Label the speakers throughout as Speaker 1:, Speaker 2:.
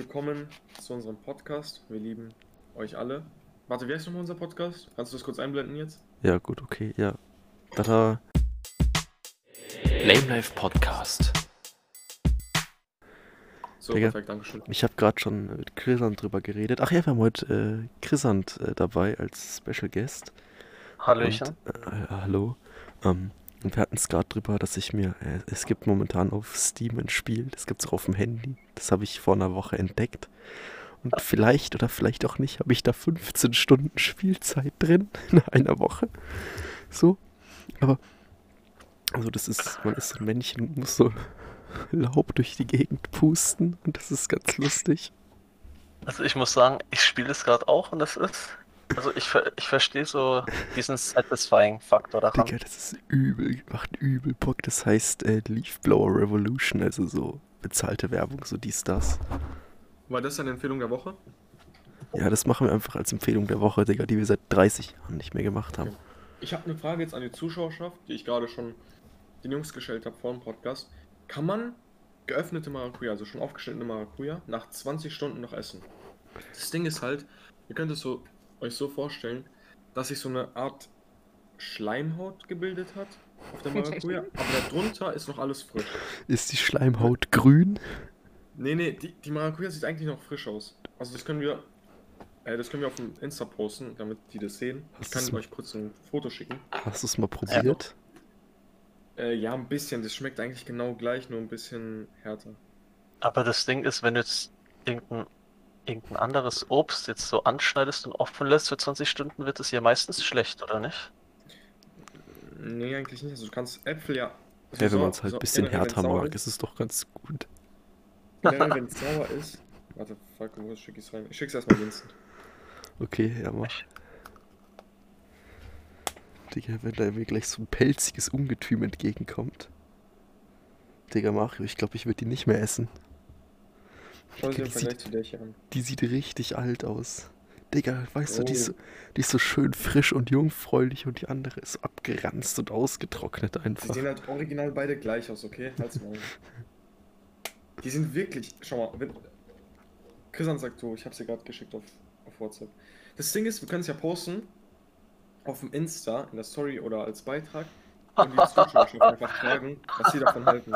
Speaker 1: willkommen zu unserem Podcast. Wir lieben euch alle. Warte, wie heißt nochmal unser Podcast? Kannst du das kurz einblenden jetzt?
Speaker 2: Ja, gut, okay, ja. Tada.
Speaker 3: Lame Life Podcast.
Speaker 1: So,
Speaker 2: Digga.
Speaker 1: perfekt, Dankeschön.
Speaker 2: Ich habe gerade schon mit Chrisant drüber geredet. Ach ja, wir haben heute äh, Chrisant äh, dabei als Special Guest.
Speaker 4: Hallöchen.
Speaker 2: Und, äh, äh, hallo. Ähm, und wir hatten es gerade drüber, dass ich mir, äh, es gibt momentan auf Steam ein Spiel, das gibt es auch auf dem Handy. Das habe ich vor einer Woche entdeckt. Und vielleicht oder vielleicht auch nicht, habe ich da 15 Stunden Spielzeit drin in einer Woche. So. Aber, also das ist, man ist ein Männchen und muss so Laub durch die Gegend pusten und das ist ganz lustig.
Speaker 4: Also ich muss sagen, ich spiele es gerade auch und es ist. Also ich, ver- ich verstehe so diesen Satisfying-Faktor
Speaker 2: Digga,
Speaker 4: daran.
Speaker 2: das ist übel, macht übel Bock. Das heißt äh, Leafblower Revolution, also so bezahlte Werbung, so dies, das.
Speaker 1: War das deine Empfehlung der Woche?
Speaker 2: Ja, das machen wir einfach als Empfehlung der Woche, Digga, die wir seit 30 Jahren nicht mehr gemacht haben.
Speaker 1: Ich habe eine Frage jetzt an die Zuschauerschaft, die ich gerade schon den Jungs gestellt habe vor dem Podcast. Kann man geöffnete Maracuja, also schon aufgeschnittene Maracuja, nach 20 Stunden noch essen? Das Ding ist halt, ihr könnt es so, euch so vorstellen, dass sich so eine Art Schleimhaut gebildet hat auf der Maracuja, aber darunter ist noch alles frisch.
Speaker 2: Ist die Schleimhaut grün?
Speaker 1: Nee, nee, die, die Maracuja sieht eigentlich noch frisch aus. Also das können wir, äh, das können wir auf dem Insta posten, damit die das sehen. Ich
Speaker 2: Hast
Speaker 1: kann
Speaker 2: du's-
Speaker 1: euch kurz ein Foto schicken.
Speaker 2: Hast du es mal probiert?
Speaker 1: Äh, ja, ein bisschen. Das schmeckt eigentlich genau gleich, nur ein bisschen härter.
Speaker 4: Aber das Ding ist, wenn du jetzt irgendein, irgendein anderes Obst jetzt so anschneidest und offen lässt für 20 Stunden, wird es ja meistens schlecht, oder nicht?
Speaker 1: Nee, eigentlich nicht. Also du kannst Äpfel ja.
Speaker 2: Ja, wenn man es halt ein bisschen härter mag, ist es doch ganz gut.
Speaker 1: Wenn es sauer ist. Warte, fuck, wo schick ich's rein? Ich schick's erstmal Vincent.
Speaker 2: Okay, ja, mach. Digga, wenn da mir gleich so ein pelziges Ungetüm entgegenkommt. Digga, Mario, ich glaube, ich würde die nicht mehr essen.
Speaker 1: Schau dir im
Speaker 2: Digga, die,
Speaker 1: Vergleich
Speaker 2: sieht,
Speaker 1: zu der hier an.
Speaker 2: die sieht richtig alt aus. Digga, weißt du, die ist,
Speaker 1: Oh.
Speaker 2: so, die ist so schön frisch und jungfräulich und die andere ist so abgeranzt und ausgetrocknet
Speaker 1: Sie
Speaker 2: einfach.
Speaker 1: sehen halt original beide gleich aus, okay? Halt's mal. Die sind wirklich. Schau mal, wenn. Christian sagt so, ich hab's dir gerade geschickt auf, auf WhatsApp. Das Ding ist, wir können es ja posten. Auf dem Insta, in der Story oder als Beitrag. Und die Zuschauerschaft einfach fragen, was sie davon halten.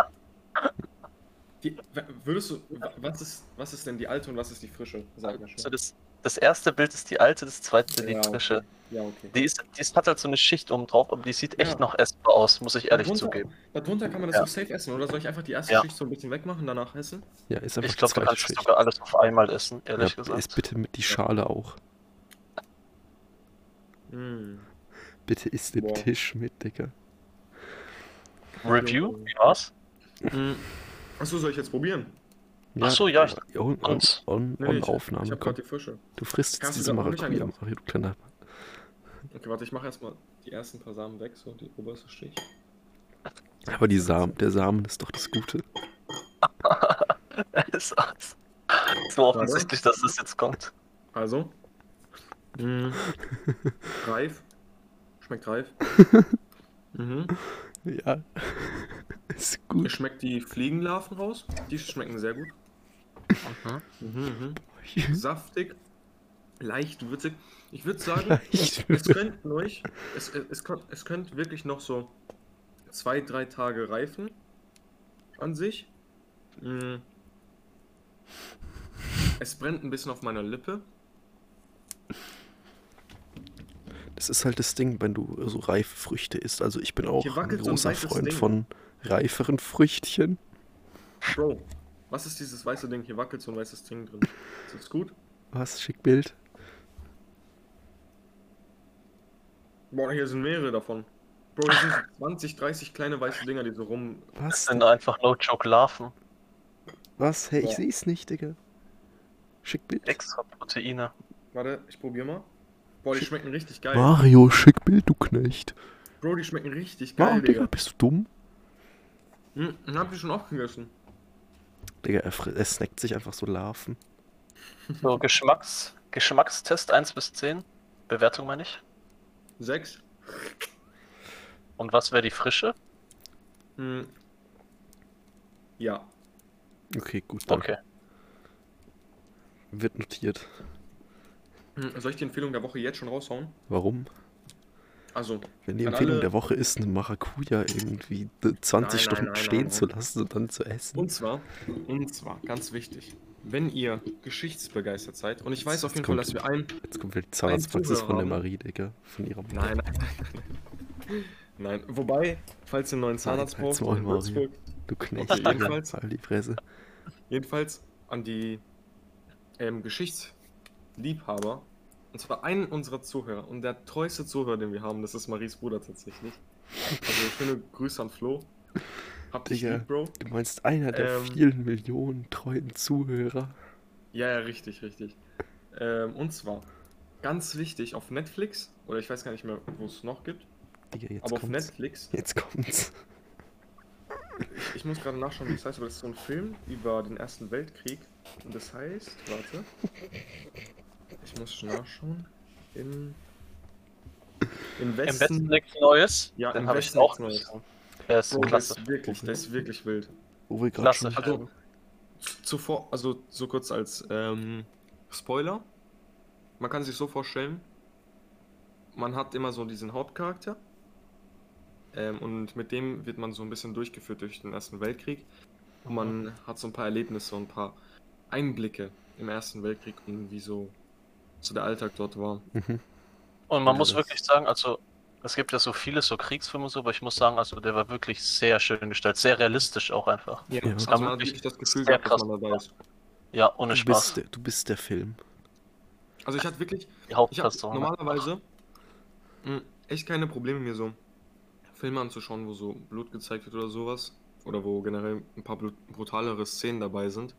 Speaker 1: Die, w- würdest du. wa- Was ist, was ist denn die alte und was ist die frische? Sag mal
Speaker 4: So
Speaker 1: schon.
Speaker 4: Also das, das erste Bild ist die alte, das zweite die
Speaker 1: Ja,
Speaker 2: Genau.
Speaker 4: frische.
Speaker 1: Ja, okay.
Speaker 4: Die, ist, die ist, hat halt so eine Schicht oben drauf, aber die sieht echt
Speaker 1: Ja.
Speaker 4: noch essbar aus, muss ich ehrlich
Speaker 1: Darunter-
Speaker 4: zugeben.
Speaker 1: Darunter kann man das
Speaker 4: Ja.
Speaker 1: auch safe essen, oder soll ich einfach die erste
Speaker 4: Ja.
Speaker 1: Schicht so ein bisschen wegmachen, danach essen?
Speaker 2: Ja, ist einfach
Speaker 4: Ich glaube, du
Speaker 2: die
Speaker 4: kannst
Speaker 2: zweite
Speaker 4: sogar alles auf einmal essen, ehrlich
Speaker 2: Schicht. Ja,
Speaker 4: gesagt.
Speaker 2: ist bitte mit die Schale auch.
Speaker 1: Mm.
Speaker 2: Bitte isst den
Speaker 1: Boah.
Speaker 2: Tisch mit, Digga.
Speaker 4: Review, wie war's?
Speaker 2: Hm.
Speaker 1: Mm. Achso, soll ich jetzt probieren?
Speaker 4: Ach so, ja, ich-
Speaker 2: On, on,
Speaker 4: uns.
Speaker 2: on,
Speaker 1: Nee,
Speaker 2: on
Speaker 1: nee, ich,
Speaker 2: Aufnahme.
Speaker 1: Ich hab
Speaker 2: komm.
Speaker 1: gerade die Fische.
Speaker 2: Du frisst jetzt
Speaker 1: Kannst du
Speaker 2: diese
Speaker 1: da auch nicht
Speaker 2: Maracuja,
Speaker 1: angeben?
Speaker 2: Mario, du kleiner.
Speaker 1: Okay, warte, ich mache erstmal die ersten paar Samen weg, so die oberste Stich.
Speaker 2: Aber die Samen, der Samen ist doch das Gute.
Speaker 4: Es ist so offensichtlich, dass das jetzt kommt.
Speaker 1: Also.
Speaker 2: Hm.
Speaker 1: Mm. reif. Schmeckt reif. mhm.
Speaker 2: Ja. ist
Speaker 1: Mir
Speaker 2: gut.
Speaker 1: schmeckt die Fliegenlarven raus. Die schmecken sehr gut.
Speaker 4: Mhm.
Speaker 1: Mhm, mhm. Saftig. Leicht würzig. Ich würde sagen,
Speaker 2: Leicht
Speaker 1: es
Speaker 2: würzig.
Speaker 1: könnten euch, es, es, es, könnt, es könnt wirklich noch so zwei, drei Tage reifen an sich. Mm. Es brennt ein bisschen auf meiner Lippe.
Speaker 2: Das ist halt das Ding, wenn du so reife Früchte isst. Also ich bin auch
Speaker 1: Hier
Speaker 2: ein
Speaker 1: wackelt so ein
Speaker 2: großer
Speaker 1: weißes
Speaker 2: Freund
Speaker 1: Ding.
Speaker 2: von reiferen Früchtchen.
Speaker 1: Bro, was ist dieses weiße Ding? Hier wackelt so ein weißes Ding drin. Ist das gut?
Speaker 2: Was? Schick Bild.
Speaker 1: Boah, hier sind mehrere davon. Bro, das sind so 20, 30 kleine weiße Dinger, die so rum.
Speaker 2: Was?
Speaker 4: Das sind
Speaker 2: denn?
Speaker 4: einfach No-Joke Larven.
Speaker 2: Was? Hey, ich
Speaker 1: Ja.
Speaker 2: seh's nicht, Digga. Schick Bild.
Speaker 4: Extra Proteine.
Speaker 1: Warte, ich probier mal. Boah, die schmecken richtig geil.
Speaker 2: Mario, schick Bild, du Knecht.
Speaker 1: Bro, die schmecken richtig geil,
Speaker 2: Mario, Digga,
Speaker 1: Digga.
Speaker 2: bist du dumm?
Speaker 1: Hm, dann hab ich schon aufgegessen.
Speaker 2: Digga, er, fri- er snackt sich einfach so Larven.
Speaker 1: Mhm.
Speaker 4: So, Geschmacks Geschmackstest 1 bis 10. Bewertung meine ich.
Speaker 1: Sechs.
Speaker 4: Und was wäre die Frische?
Speaker 1: Hm. Ja,
Speaker 2: Okay, gut, dann.
Speaker 4: Okay.
Speaker 2: Wird notiert.
Speaker 1: Hm, Soll ich die Empfehlung der Woche jetzt schon raushauen?
Speaker 2: Warum?
Speaker 1: Also,
Speaker 2: Wenn die
Speaker 1: An
Speaker 2: Empfehlung
Speaker 1: alle-
Speaker 2: der Woche ist, eine Maracuja irgendwie 20
Speaker 1: Nein,
Speaker 2: Stunden
Speaker 1: nein, nein,
Speaker 2: stehen
Speaker 1: nein,
Speaker 2: zu
Speaker 1: nein.
Speaker 2: lassen und dann zu essen.
Speaker 1: und zwar, und zwar, ganz wichtig, wenn ihr geschichtsbegeistert seid, und ich weiß auf
Speaker 2: Jetzt
Speaker 1: jeden Fall,
Speaker 2: kommt-
Speaker 1: dass wir ein.
Speaker 2: Jetzt kommt wieder die Zahnarztpraxis
Speaker 1: Zuhörer
Speaker 2: von der
Speaker 1: haben.
Speaker 2: Marie, Digga. Von ihrer Mutter.
Speaker 1: Nein, nein, nein. Nein, wobei, falls ihr einen neuen Zahnarzt
Speaker 2: halt's
Speaker 1: braucht,
Speaker 2: Maul,
Speaker 1: in
Speaker 2: Mario.
Speaker 1: Würzburg,
Speaker 2: Du Knecht,
Speaker 1: Okay,
Speaker 2: Digga.
Speaker 1: jedenfalls.
Speaker 2: Halt die Fresse.
Speaker 1: Jedenfalls an die ähm, Geschichtsliebhaber. Und zwar einen unserer Zuhörer. Und der treueste Zuhörer, den wir haben, das ist Maries Bruder tatsächlich. Also schöne Grüße an Flo. Hab dich
Speaker 2: Digga.
Speaker 1: lieb, Bro.
Speaker 2: Du meinst einer der
Speaker 1: Ähm.
Speaker 2: vielen Millionen treuen Zuhörer.
Speaker 1: Ja, ja, richtig, richtig. Ähm, und zwar, ganz wichtig, auf Netflix, oder ich weiß gar nicht mehr, wo es noch gibt,
Speaker 2: Digga, jetzt
Speaker 1: aber auf
Speaker 2: kommt's.
Speaker 1: Netflix,
Speaker 2: Jetzt kommt's.
Speaker 1: ich, ich muss gerade nachschauen, wie es heißt, aber das ist so ein Film über den Ersten Weltkrieg. Und das heißt, warte, ich muss schon nachschauen, im, im Westen...
Speaker 4: Im Westen nichts Neues.
Speaker 1: ja,
Speaker 4: den
Speaker 1: im
Speaker 4: habe ich
Speaker 1: Westen
Speaker 4: auch.
Speaker 1: nichts Neues.
Speaker 4: gesehen. Der ist
Speaker 1: Bro, der
Speaker 4: klasse.
Speaker 1: ist wirklich, der ist wirklich wild.
Speaker 2: Wo wir gerade
Speaker 4: Klasse.
Speaker 2: schon.
Speaker 1: Also, z- zuvor, also so kurz als ähm, Spoiler. Man kann sich so vorstellen, man hat immer so diesen Hauptcharakter. Ähm, und mit dem wird man so ein bisschen durchgeführt durch den Ersten Weltkrieg. Und man hat so ein paar Erlebnisse und ein paar Einblicke im Ersten Weltkrieg und wie so, so der Alltag dort war.
Speaker 2: Mhm.
Speaker 4: Und man
Speaker 2: Ja,
Speaker 4: muss
Speaker 2: das-
Speaker 4: wirklich sagen, also es gibt ja so viele so Kriegsfilme und so, aber ich muss sagen, also der war wirklich sehr schön gestaltet, sehr realistisch auch einfach.
Speaker 1: Ja,
Speaker 2: Ja.
Speaker 1: also
Speaker 4: Aber
Speaker 1: man hat
Speaker 4: wirklich
Speaker 1: wirklich das Gefühl
Speaker 4: sehr
Speaker 1: gehabt, dass
Speaker 4: krass.
Speaker 1: man dabei ist.
Speaker 4: Ja, ohne
Speaker 2: Du
Speaker 4: Spaß.
Speaker 2: bist, der, du bist der Film.
Speaker 1: Also ich hatte wirklich,
Speaker 4: Die
Speaker 1: Ich habe
Speaker 4: Hauptperson. ne?
Speaker 1: normalerweise mh, echt keine Probleme, mir so Filme anzuschauen, wo so Blut gezeigt wird oder sowas. Oder wo generell ein paar blut- brutalere Szenen dabei sind.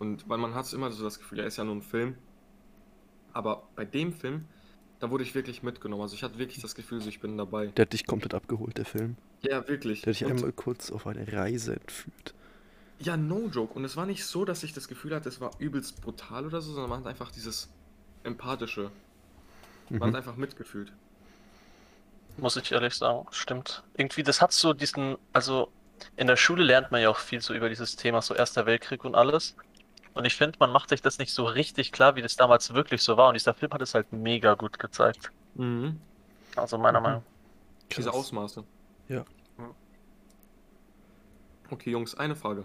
Speaker 1: Und weil man hat immer so das Gefühl, ja, ist ja nur ein Film. Aber bei dem Film, da wurde ich wirklich mitgenommen. Also ich hatte wirklich das Gefühl, so ich bin dabei.
Speaker 2: Der hat dich komplett abgeholt, der Film.
Speaker 1: Ja, wirklich.
Speaker 2: Der hat dich
Speaker 1: Und-
Speaker 2: einmal kurz auf eine Reise entführt.
Speaker 1: Ja, no joke. Und es war nicht so, dass ich das Gefühl hatte, es war übelst brutal oder so, sondern man hat einfach dieses Empathische. Man hat
Speaker 2: Mhm.
Speaker 1: einfach mitgefühlt.
Speaker 4: muss ich ehrlich sagen. Stimmt. Irgendwie, das hat so diesen, also in der Schule lernt man ja auch viel so über dieses Thema, so Erster Weltkrieg und alles. Und ich finde, man macht sich das nicht so richtig klar, wie das damals wirklich so war. Und dieser Film hat es halt mega gut gezeigt.
Speaker 1: Mhm.
Speaker 4: Also meiner
Speaker 2: Mhm.
Speaker 4: Meinung nach.
Speaker 1: Diese
Speaker 2: Krass.
Speaker 1: Ausmaße.
Speaker 2: Ja.
Speaker 1: Ja. Okay, Jungs, eine Frage.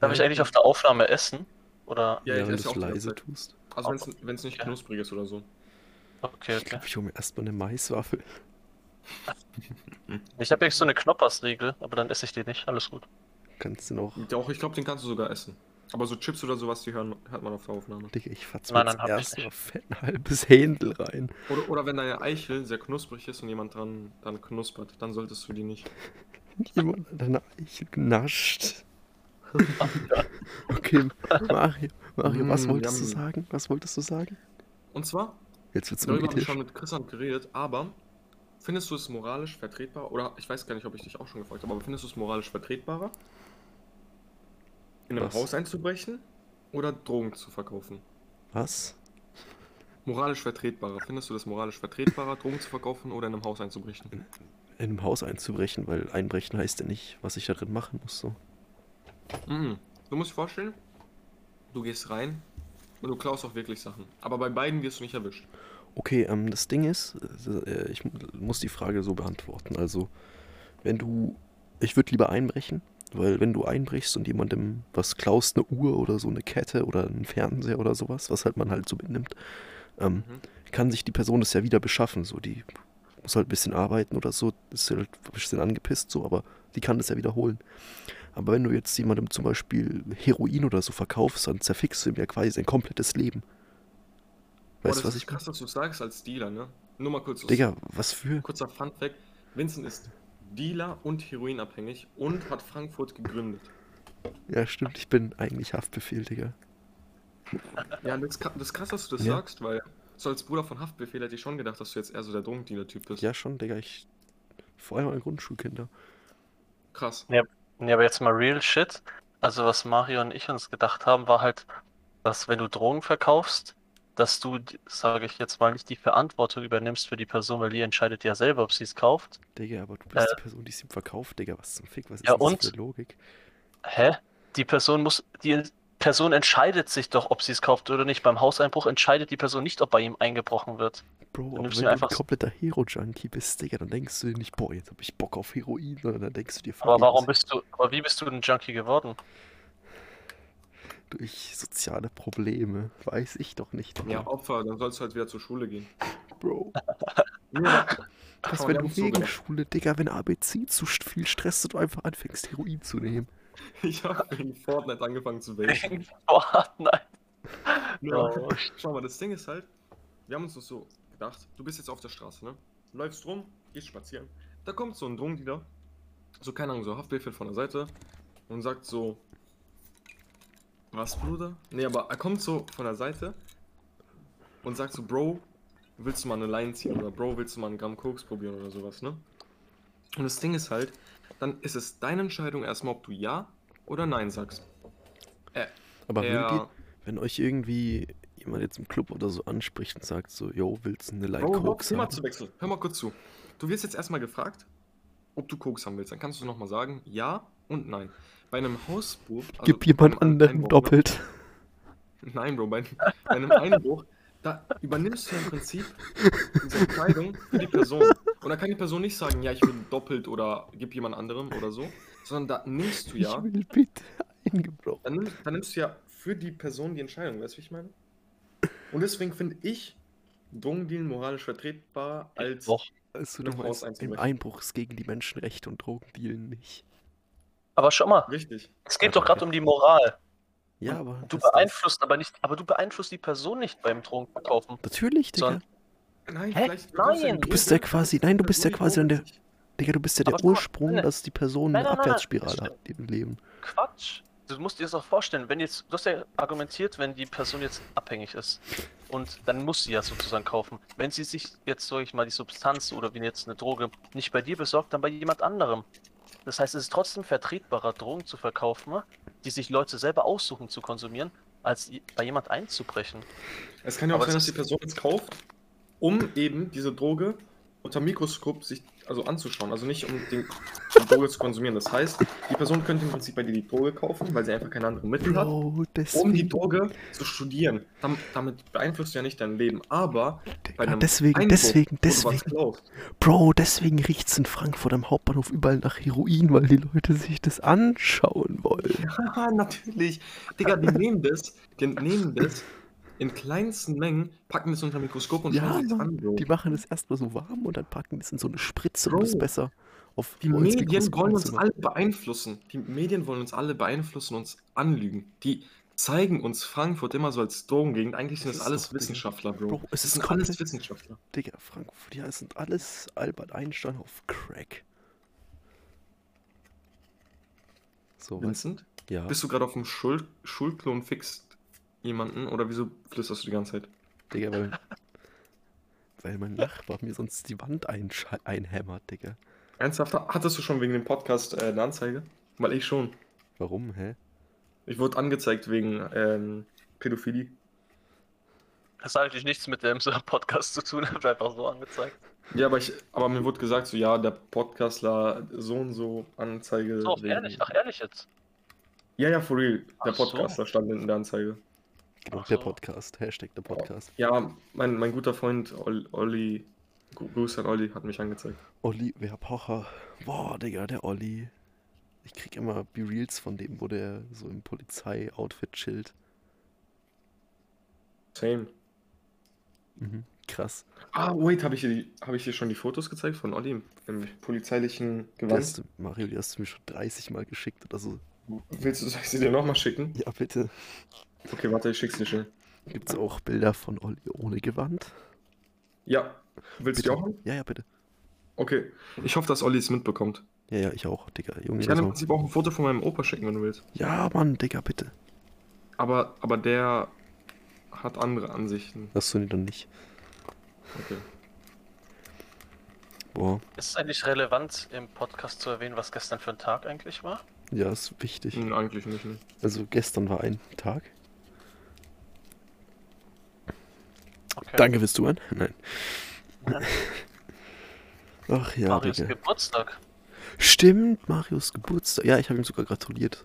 Speaker 4: Darf ich
Speaker 2: Ja.
Speaker 4: eigentlich auf der Aufnahme essen? Oder?
Speaker 1: Ja, ich
Speaker 2: Während
Speaker 1: esse
Speaker 2: du
Speaker 1: auch
Speaker 2: es
Speaker 1: die ganze
Speaker 2: leise
Speaker 1: Zeit.
Speaker 2: tust.
Speaker 1: Also wenn es nicht
Speaker 4: Ja.
Speaker 1: knusprig ist oder so.
Speaker 4: Okay,
Speaker 2: Ich
Speaker 4: okay.
Speaker 2: glaube, ich hole mir erstmal eine Maiswaffel.
Speaker 4: Ich habe jetzt so eine Knoppersriegel, aber dann esse ich die nicht. Alles gut.
Speaker 2: Kannst du noch.
Speaker 1: Doch, ich glaube, den kannst du sogar essen. Aber so Chips oder sowas, die hören, hört man auf der Aufnahme.
Speaker 2: Digga, ich fatz mir
Speaker 4: Nein, nein,
Speaker 2: jetzt
Speaker 4: hab ich
Speaker 2: erstmal
Speaker 4: nicht.
Speaker 2: fett ein halbes Händel rein.
Speaker 1: Oder, oder wenn deine Eichel sehr knusprig ist und jemand dran dann knuspert, dann solltest du die nicht.
Speaker 2: Jemand an deiner Eichel genascht. okay, Mario, Mario, was
Speaker 1: Mm,
Speaker 2: wolltest du
Speaker 1: yum.
Speaker 2: sagen? Was wolltest du sagen?
Speaker 1: Und zwar,
Speaker 2: Jetzt wird's
Speaker 1: darüber habe ich
Speaker 2: unethisch.
Speaker 1: schon mit Christian geredet, aber findest du es moralisch vertretbar? Oder ich weiß gar nicht, ob ich dich auch schon gefragt habe, aber findest du es moralisch vertretbarer? In einem
Speaker 2: Was?
Speaker 1: Haus einzubrechen oder Drogen zu verkaufen?
Speaker 2: Was?
Speaker 1: Moralisch vertretbarer. Findest du das moralisch vertretbarer, Drogen zu verkaufen oder in einem Haus einzubrechen?
Speaker 2: In einem Haus einzubrechen, weil einbrechen heißt ja nicht, was ich da drin machen muss. So.
Speaker 1: Mhm. Du musst dir vorstellen, du gehst rein und du klaust auch wirklich Sachen. Aber bei beiden wirst du nicht erwischt.
Speaker 2: Okay, ähm, das Ding ist, äh, ich mu- muss die Frage so beantworten. Also, wenn du, ich würde lieber einbrechen, weil wenn du einbrichst und jemandem was klaust, eine Uhr oder so eine Kette oder einen Fernseher oder sowas, was halt man halt so mitnimmt, ähm,
Speaker 1: Mhm.
Speaker 2: kann sich die Person das ja wieder beschaffen. So, die muss halt ein bisschen arbeiten oder so, ist halt ein bisschen angepisst so, aber die kann das ja wiederholen. Aber wenn du jetzt jemandem zum Beispiel Heroin oder so verkaufst, dann zerfickst du ihm ja quasi sein komplettes Leben.
Speaker 1: Boah, Oh, das
Speaker 2: Weißt du, was
Speaker 1: ist
Speaker 2: ich
Speaker 1: krass, dass du sagst als Dealer, ne? Nur mal kurz.
Speaker 2: Digga, was für?
Speaker 1: Kurzer Fun Fact: Vincent ist Dealer und heroinabhängig und hat Frankfurt gegründet.
Speaker 2: Ja, stimmt, ich bin eigentlich Haftbefehl, Digga.
Speaker 1: Ja, das ist kra- das ist krass, dass du das
Speaker 2: Ja.
Speaker 1: sagst, weil so als Bruder von Haftbefehl hätte ich schon gedacht, dass du jetzt eher so der Drogendealer-Typ bist.
Speaker 2: Ja, schon, Digga, ich. Vor allem an Grundschulkinder.
Speaker 1: Krass.
Speaker 4: Nee, aber jetzt mal real shit. Also was Mario und ich uns gedacht haben, war halt, dass wenn du Drogen verkaufst, dass du, sage ich jetzt mal, nicht die Verantwortung übernimmst für die Person, weil die entscheidet ja selber, ob sie es kauft.
Speaker 2: Digga, aber du bist
Speaker 4: Äh.
Speaker 2: die Person, die es ihm verkauft, Digga. Was zum Fick? Was ist
Speaker 4: Ja,
Speaker 2: denn das
Speaker 4: und?
Speaker 2: für Logik?
Speaker 4: Hä? Die Person muss, die Person entscheidet sich doch, ob sie es kauft oder nicht. Beim Hauseinbruch entscheidet die Person nicht, ob bei ihm eingebrochen wird.
Speaker 2: Bro,
Speaker 4: Du
Speaker 2: aber
Speaker 4: nimmst
Speaker 2: wenn
Speaker 4: ihn
Speaker 2: du ein
Speaker 4: einfach-
Speaker 2: kompletter Hero-Junkie bist, Digga, dann denkst du dir nicht, boah, jetzt hab ich Bock auf Heroin, sondern dann denkst du dir,
Speaker 4: Aber
Speaker 2: fuck,
Speaker 4: warum
Speaker 2: jetzt-
Speaker 4: bist du, aber wie bist du denn Junkie geworden?
Speaker 2: durch soziale Probleme? Weiß ich doch nicht, Digga.
Speaker 1: Ja, Opfer, dann sollst du halt wieder zur Schule gehen.
Speaker 2: Bro.
Speaker 1: Ja,
Speaker 2: Was,
Speaker 1: Aber wir
Speaker 2: wenn du
Speaker 4: ne?
Speaker 1: haben's so
Speaker 2: wegen
Speaker 1: gemacht.
Speaker 2: Schule, Digga, wenn ABC zu st- viel stresst und du einfach anfängst, Heroin zu nehmen?
Speaker 1: ich habe wegen Fortnite angefangen zu wählen.
Speaker 4: Oh, nein.
Speaker 1: Ja.
Speaker 4: Oh,
Speaker 1: Schau mal, das Ding ist halt, wir haben uns das so gedacht, du bist jetzt auf der Straße, ne? Läufst rum, gehst spazieren. Da kommt so ein Drogendealer, so keine Ahnung, so Haftbefehl von der Seite und sagt so, was, Bruder? Nee, aber er kommt so von der Seite und sagt so, Bro, willst du mal eine Line ziehen oder Bro, willst du mal einen Gramm Koks probieren oder sowas, ne? Und das Ding ist halt, dann ist es deine Entscheidung erstmal, ob du ja oder nein sagst.
Speaker 2: Aber
Speaker 1: Ja.
Speaker 2: wenn, die, wenn euch irgendwie jemand jetzt im Club oder so anspricht und sagt so, yo, willst du eine Line
Speaker 1: Bro,
Speaker 2: Koks
Speaker 1: hör mal
Speaker 2: haben?
Speaker 1: zu wechseln. Hör mal kurz zu. Du wirst jetzt erstmal gefragt, ob du Koks haben willst. Dann kannst du nochmal sagen, ja und nein. Bei einem Hausbub. also
Speaker 2: Gib
Speaker 1: bei
Speaker 2: jemand
Speaker 1: einem
Speaker 2: anderen
Speaker 1: Einbruch,
Speaker 2: doppelt.
Speaker 1: Ne? Nein, Bro, bei, bei einem Einbruch, da übernimmst du im Prinzip diese Entscheidung für die Person. Und da kann die Person nicht sagen, ja, ich will doppelt oder gib jemand anderem oder so, sondern da nimmst du ja.
Speaker 2: Ich will bitte eingebrochen.
Speaker 1: Dann, nimm- dann nimmst du ja für die Person die Entscheidung, weißt du, wie ich meine? Und deswegen finde ich Drogendealen moralisch vertretbar als.
Speaker 4: Doch.
Speaker 2: Also,
Speaker 1: Mit
Speaker 2: du
Speaker 1: dem
Speaker 2: meinst,
Speaker 1: Haus
Speaker 2: im
Speaker 1: einzubrechen.
Speaker 2: Einbruch ist gegen die Menschenrechte und Drogendealen nicht.
Speaker 4: Aber schau mal,
Speaker 1: Richtig.
Speaker 4: es geht doch gerade um die Moral.
Speaker 2: Ja, aber.
Speaker 4: Du
Speaker 2: das- das-
Speaker 4: beeinflusst aber nicht, aber du beeinflusst die Person nicht beim Drogenverkaufen.
Speaker 2: Natürlich, Digga.
Speaker 4: Sondern-
Speaker 1: Nein,
Speaker 4: Hä?
Speaker 1: vielleicht. du kannst ja
Speaker 4: Nein!
Speaker 1: die
Speaker 2: Du bist ja
Speaker 1: Person-
Speaker 2: quasi. Nein, du bist ja
Speaker 1: Person
Speaker 2: quasi
Speaker 1: nicht
Speaker 2: an der.
Speaker 1: hochziehen.
Speaker 2: Digga, du bist ja der
Speaker 4: Aber guck mal,
Speaker 2: Ursprung,
Speaker 4: nein,
Speaker 2: dass die Person
Speaker 4: nein,
Speaker 2: eine
Speaker 4: nein, nein,
Speaker 2: Abwärtsspirale
Speaker 4: das
Speaker 2: hat in ihrem Leben.
Speaker 4: Quatsch. Du musst dir das auch vorstellen, wenn jetzt, du hast ja argumentiert, wenn die Person jetzt abhängig ist. Und dann muss sie ja sozusagen kaufen. Wenn sie sich jetzt, sag ich mal, die Substanz oder wie jetzt eine Droge nicht bei dir besorgt, dann bei jemand anderem. Das heißt, es ist trotzdem vertretbarer, Drogen zu verkaufen, die sich Leute selber aussuchen zu konsumieren, als i- bei jemand einzubrechen.
Speaker 1: Es kann ja auch
Speaker 4: Aber
Speaker 1: sein, dass
Speaker 4: es
Speaker 1: die
Speaker 4: ist-
Speaker 1: Person jetzt kauft, um eben diese Droge unter dem Mikroskop sich also anzuschauen. Also nicht um den, die Droge zu konsumieren. Das heißt, die Person könnte im Prinzip bei dir die Droge kaufen, weil sie einfach keine anderen Mittel hat,
Speaker 2: Bro,
Speaker 1: um die
Speaker 2: deswegen,
Speaker 1: Droge zu studieren. Dam- damit beeinflusst du ja nicht dein Leben. Aber bei
Speaker 2: Digga,
Speaker 1: einem
Speaker 2: deswegen,
Speaker 1: Einbruch,
Speaker 2: deswegen,
Speaker 1: wo du was
Speaker 2: deswegen,
Speaker 1: klaust,
Speaker 2: Bro, deswegen riecht's in Frankfurt am Hauptbahnhof überall nach Heroin, weil die Leute sich das anschauen wollen.
Speaker 1: Haha, natürlich. Digga, die nehmen das, die nehmen das in kleinsten Mengen, packen das unter dem Mikroskop und
Speaker 2: Ja,
Speaker 1: sich's
Speaker 2: Mann,
Speaker 1: Bro.
Speaker 2: Die machen das erstmal so warm und dann packen das in so eine Spritze, um
Speaker 1: Bro,
Speaker 2: es besser auf
Speaker 1: Die
Speaker 2: ins
Speaker 1: Medien
Speaker 2: Mikroskop
Speaker 1: wollen uns
Speaker 2: zu machen.
Speaker 1: alle beeinflussen. Die Medien wollen uns alle beeinflussen, uns anlügen. Die zeigen uns Frankfurt immer so als Drogengegend. Eigentlich sind
Speaker 2: Es
Speaker 1: das
Speaker 2: ist
Speaker 1: alles
Speaker 2: doch, Digga.
Speaker 1: Wissenschaftler, Bro.
Speaker 2: Bro, es
Speaker 1: Das
Speaker 2: ist
Speaker 1: sind
Speaker 2: komplett,
Speaker 1: alles Wissenschaftler.
Speaker 2: Digga, Frankfurt, ja, es sind alles Albert Einstein auf Crack. So, weißt
Speaker 1: Vincent,
Speaker 2: du, ja,
Speaker 1: bist du gerade auf dem Schul Schulklo und fixt jemanden? Oder wieso flüsterst du die ganze Zeit?
Speaker 2: Digga, weil, weil mein Nachbar mir sonst die Wand einsch- einhämmert, Digga.
Speaker 1: Ernsthaft, hattest du schon wegen dem Podcast äh, eine Anzeige? Weil ich schon.
Speaker 2: Warum, hä?
Speaker 1: Ich wurde angezeigt wegen ähm, Pädophilie.
Speaker 4: Das hat eigentlich nichts mit dem Podcast zu tun, hat einfach so angezeigt.
Speaker 1: Ja, aber, ich, aber mir wurde gesagt, so ja, der Podcastler so und so Anzeige.
Speaker 4: So,
Speaker 1: wegen-
Speaker 4: ehrlich, ach ehrlich jetzt.
Speaker 1: Ja, ja, for real. Der
Speaker 4: Ach so.
Speaker 1: Podcaster stand in der Anzeige.
Speaker 2: Genau,
Speaker 4: Ach
Speaker 2: der
Speaker 4: so.
Speaker 2: Podcast. Hashtag der Podcast.
Speaker 1: Ja, mein, mein guter Freund Ol- Olli, Gru- Gruß an Olli, hat mich angezeigt.
Speaker 2: Olli Werpocher. Boah, Digga, der Olli. Ich krieg immer B-Reels von dem, wo der so im Polizei-Outfit chillt.
Speaker 1: Same.
Speaker 2: Mhm. Krass.
Speaker 1: Ah, wait, habe ich, dir die- hab ich dir schon die Fotos gezeigt von Olli im, im polizeilichen
Speaker 2: Die
Speaker 1: Gewand?
Speaker 2: hast du, Mario, die hast du mir schon 30 Mal geschickt oder so.
Speaker 1: Willst du, soll ich sie dir nochmal schicken?
Speaker 2: Ja, bitte.
Speaker 1: Okay, warte, ich schick's dir schnell.
Speaker 2: Gibt's auch Bilder von Olli ohne Gewand?
Speaker 1: Ja, willst du
Speaker 2: Bitte.
Speaker 1: die auch haben?
Speaker 2: Ja, ja, bitte.
Speaker 1: Okay, ich hoffe, dass Olli es mitbekommt.
Speaker 2: Ja, ja, ich auch, Digga. Junge,
Speaker 1: Ich kann im
Speaker 2: so.
Speaker 1: Prinzip auch ein Foto von meinem Opa schicken, wenn du willst.
Speaker 2: Ja, Mann, Digga, bitte.
Speaker 1: Aber, aber der hat andere Ansichten.
Speaker 2: Hast du die dann nicht?
Speaker 1: Okay.
Speaker 2: Boah,
Speaker 4: Ist es eigentlich relevant, im Podcast zu erwähnen, was gestern für ein Tag eigentlich war?
Speaker 2: ja, ist wichtig.
Speaker 1: Hm, eigentlich nicht, ne?
Speaker 2: Also gestern war ein Tag.
Speaker 4: Okay.
Speaker 2: Danke fürs Zuhören. Nein. Ach ja,
Speaker 4: Marius
Speaker 2: Digga.
Speaker 4: Geburtstag.
Speaker 2: Stimmt, Marius Geburtstag. Ja, ich habe ihm sogar gratuliert.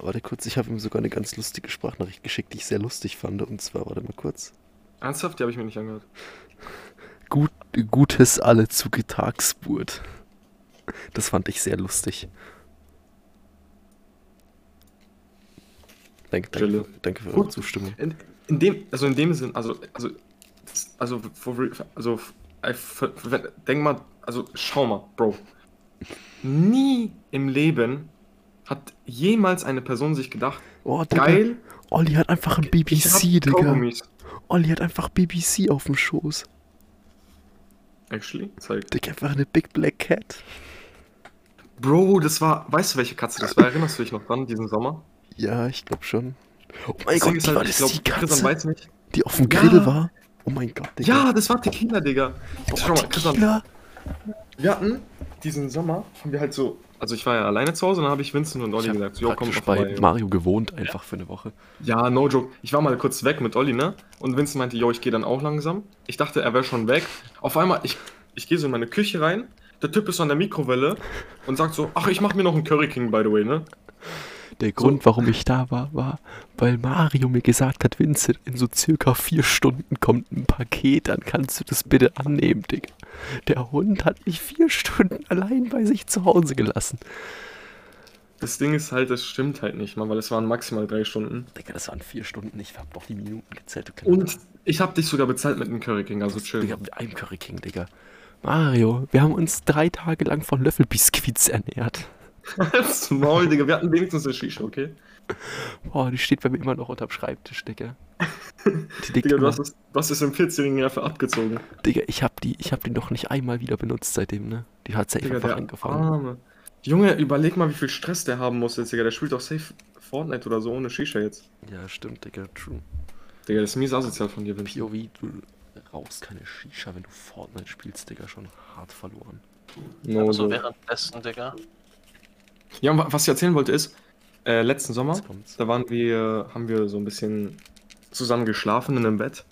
Speaker 2: Warte kurz, ich habe ihm sogar eine ganz lustige Sprachnachricht geschickt, die ich sehr lustig fand. Und zwar, warte mal kurz.
Speaker 1: Ernsthaft? Die habe ich mir nicht angehört.
Speaker 2: Gut, Gutes alle zu Getagsburt. Das fand ich sehr lustig. Danke, danke,
Speaker 1: Stille.
Speaker 2: für- danke für eure
Speaker 1: Gut.
Speaker 2: Zustimmung.
Speaker 1: In, in dem, also in dem Sinn, also, also, das- also, for, real- also, f- I f- f- denk mal, also, schau mal, Bro. Nie im Leben hat jemals eine Person sich gedacht,
Speaker 2: Oh, Digga,
Speaker 1: geil,
Speaker 2: Olli hat einfach ein
Speaker 1: ich hab
Speaker 2: BBC, Digga.
Speaker 1: Kaugummis.
Speaker 2: Olli hat einfach BBC auf dem Schoß.
Speaker 1: Actually, zeig.
Speaker 2: Digga, einfach eine Big Black Cat.
Speaker 1: Bro, das war, weißt du, welche Katze das war? Erinnerst du dich noch dran, diesen Sommer?
Speaker 2: Ja, ich glaube schon. Oh mein
Speaker 1: Das Ding
Speaker 2: Gott,
Speaker 1: ist
Speaker 2: die
Speaker 1: halt,
Speaker 2: war das
Speaker 1: glaub,
Speaker 2: die
Speaker 1: Christian
Speaker 2: Katze,
Speaker 1: weiß nicht.
Speaker 2: die auf dem
Speaker 1: Ja.
Speaker 2: Grill war? Oh mein Gott, Digga.
Speaker 1: Ja, das war Tequila, Digga. Schau mal, Christian,
Speaker 2: Tequila.
Speaker 1: Wir hatten diesen Sommer, haben wir halt so. Also ich war ja alleine zu Hause und dann habe ich Vincent und Olli
Speaker 2: Ich hab
Speaker 1: gesagt, jo, komm mal
Speaker 2: praktisch
Speaker 1: vorbei.
Speaker 2: bei
Speaker 1: jo."
Speaker 2: Mario gewohnt einfach für eine Woche.
Speaker 1: Ja, no joke. Ich war mal kurz weg mit Olli, ne? Und Vincent meinte, jo, ich gehe dann auch langsam. Ich dachte, er wäre schon weg. Auf einmal, ich, ich gehe so in meine Küche rein. Der Typ ist so an der Mikrowelle und sagt so, ach, ich mache mir noch einen Curry King, by the way, ne?
Speaker 2: Der Grund, warum ich da war, war, weil Mario mir gesagt hat, Vincent, in so circa vier Stunden kommt ein Paket, dann kannst du das bitte annehmen, Digga. Der Hund hat mich vier Stunden allein bei sich zu Hause gelassen.
Speaker 1: Das Ding ist halt, das stimmt halt nicht, Mann, weil es waren maximal drei Stunden.
Speaker 2: Digga, das waren vier Stunden, ich hab doch die Minuten gezählt. Du
Speaker 1: Und ich habe dich sogar bezahlt mit einem Curry King, also
Speaker 2: Digga,
Speaker 1: chill.
Speaker 2: mit einem Curry King, Digga. Mario, wir haben uns drei Tage lang von Löffelbiskuits ernährt.
Speaker 1: Halt's Maul, Digga, wir hatten wenigstens eine Shisha, okay?
Speaker 2: Boah, die steht bei mir immer noch unterm Schreibtisch, Digga. Die liegt
Speaker 1: Digga, du
Speaker 2: immer-
Speaker 1: hast es, du hast es im 14-Jährigen einfach abgezogen.
Speaker 2: Digga, ich hab die, ich hab die noch nicht einmal wieder benutzt seitdem, ne? Die hat safe
Speaker 1: Digga,
Speaker 2: einfach
Speaker 1: der
Speaker 2: angefangen.
Speaker 1: Arme. Junge, überleg mal, wie viel Stress der haben muss jetzt, Digga. Der spielt doch safe Fortnite oder so ohne Shisha jetzt.
Speaker 2: Ja, stimmt, Digga, true.
Speaker 1: Digga, das ist mies asozial von dir, Vinci.
Speaker 2: POV, du rauchst keine Shisha, wenn du Fortnite spielst, Digga, schon hart verloren.
Speaker 1: No,
Speaker 4: Aber so
Speaker 1: so.
Speaker 4: währenddessen, Digga.
Speaker 1: Ja, und wa- was ich erzählen wollte ist, äh, letzten Sommer,
Speaker 2: Jetzt kommt's.
Speaker 1: da waren wir, haben wir so ein bisschen zusammen geschlafen in einem Bett.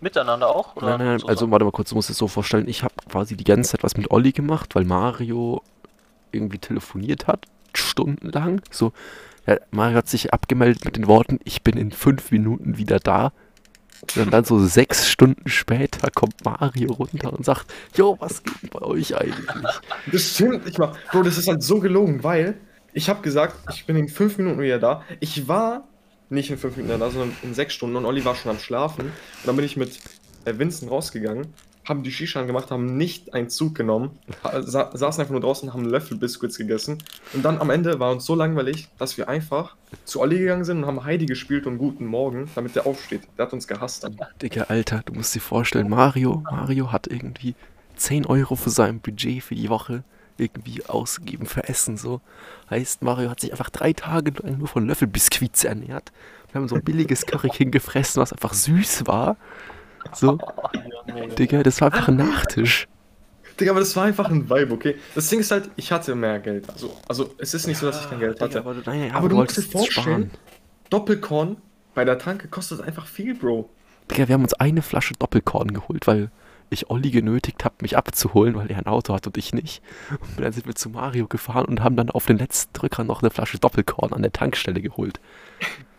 Speaker 4: Miteinander auch? Oder
Speaker 2: Nein, nein,
Speaker 4: so
Speaker 2: also
Speaker 4: sagen?
Speaker 2: warte mal kurz, du musst es so vorstellen, ich habe quasi die ganze Zeit was mit Olli gemacht, weil Mario irgendwie telefoniert hat, stundenlang. So, ja, Mario hat sich abgemeldet mit den Worten, ich bin in fünf Minuten wieder da. Und dann so sechs Stunden später kommt Mario runter und sagt, Jo, was geht denn bei euch eigentlich?
Speaker 1: Das stimmt nicht mal. Bro, das ist halt so gelogen, weil ich habe gesagt, ich bin in fünf Minuten wieder da. Ich war nicht in fünf Minuten da, sondern in sechs Stunden und Olli war schon am Schlafen. Und dann bin ich mit äh, Vincent rausgegangen, haben die Shisha gemacht, haben nicht einen Zug genommen, ha- sa saßen einfach nur draußen, haben einen Löffel Biscuits gegessen. Und dann am Ende war uns so langweilig, dass wir einfach zu Olli gegangen sind und haben Heidi gespielt und Guten Morgen, damit der aufsteht. Der hat uns gehasst dann.
Speaker 2: Digga, Alter, du musst dir vorstellen, Mario, Mario hat irgendwie 10 Euro für sein Budget für die Woche irgendwie ausgegeben für Essen, so. Heißt, Mario hat sich einfach drei Tage lang nur von Löffelbiskuits ernährt. Wir haben so ein billiges Curry King gefressen, was einfach süß war. So,
Speaker 4: Oh, Junge.
Speaker 2: Digga, das war einfach ein Nachtisch.
Speaker 1: Digga, aber das war einfach ein Vibe, okay? Das Ding ist halt, ich hatte mehr Geld. Also, also es ist nicht so, dass ich kein Geld hatte.
Speaker 2: Digga, aber, du- nein,
Speaker 1: Aber du musst
Speaker 2: wolltest
Speaker 1: dir vorstellen- Doppelkorn bei der Tanke kostet einfach viel, Bro.
Speaker 2: Digga, wir haben uns eine Flasche Doppelkorn geholt, weil ich Olli genötigt habe, mich abzuholen, weil er ein Auto hat und ich nicht. Und dann sind wir zu Mario gefahren und haben dann auf den letzten Drücker noch eine Flasche Doppelkorn an der Tankstelle geholt.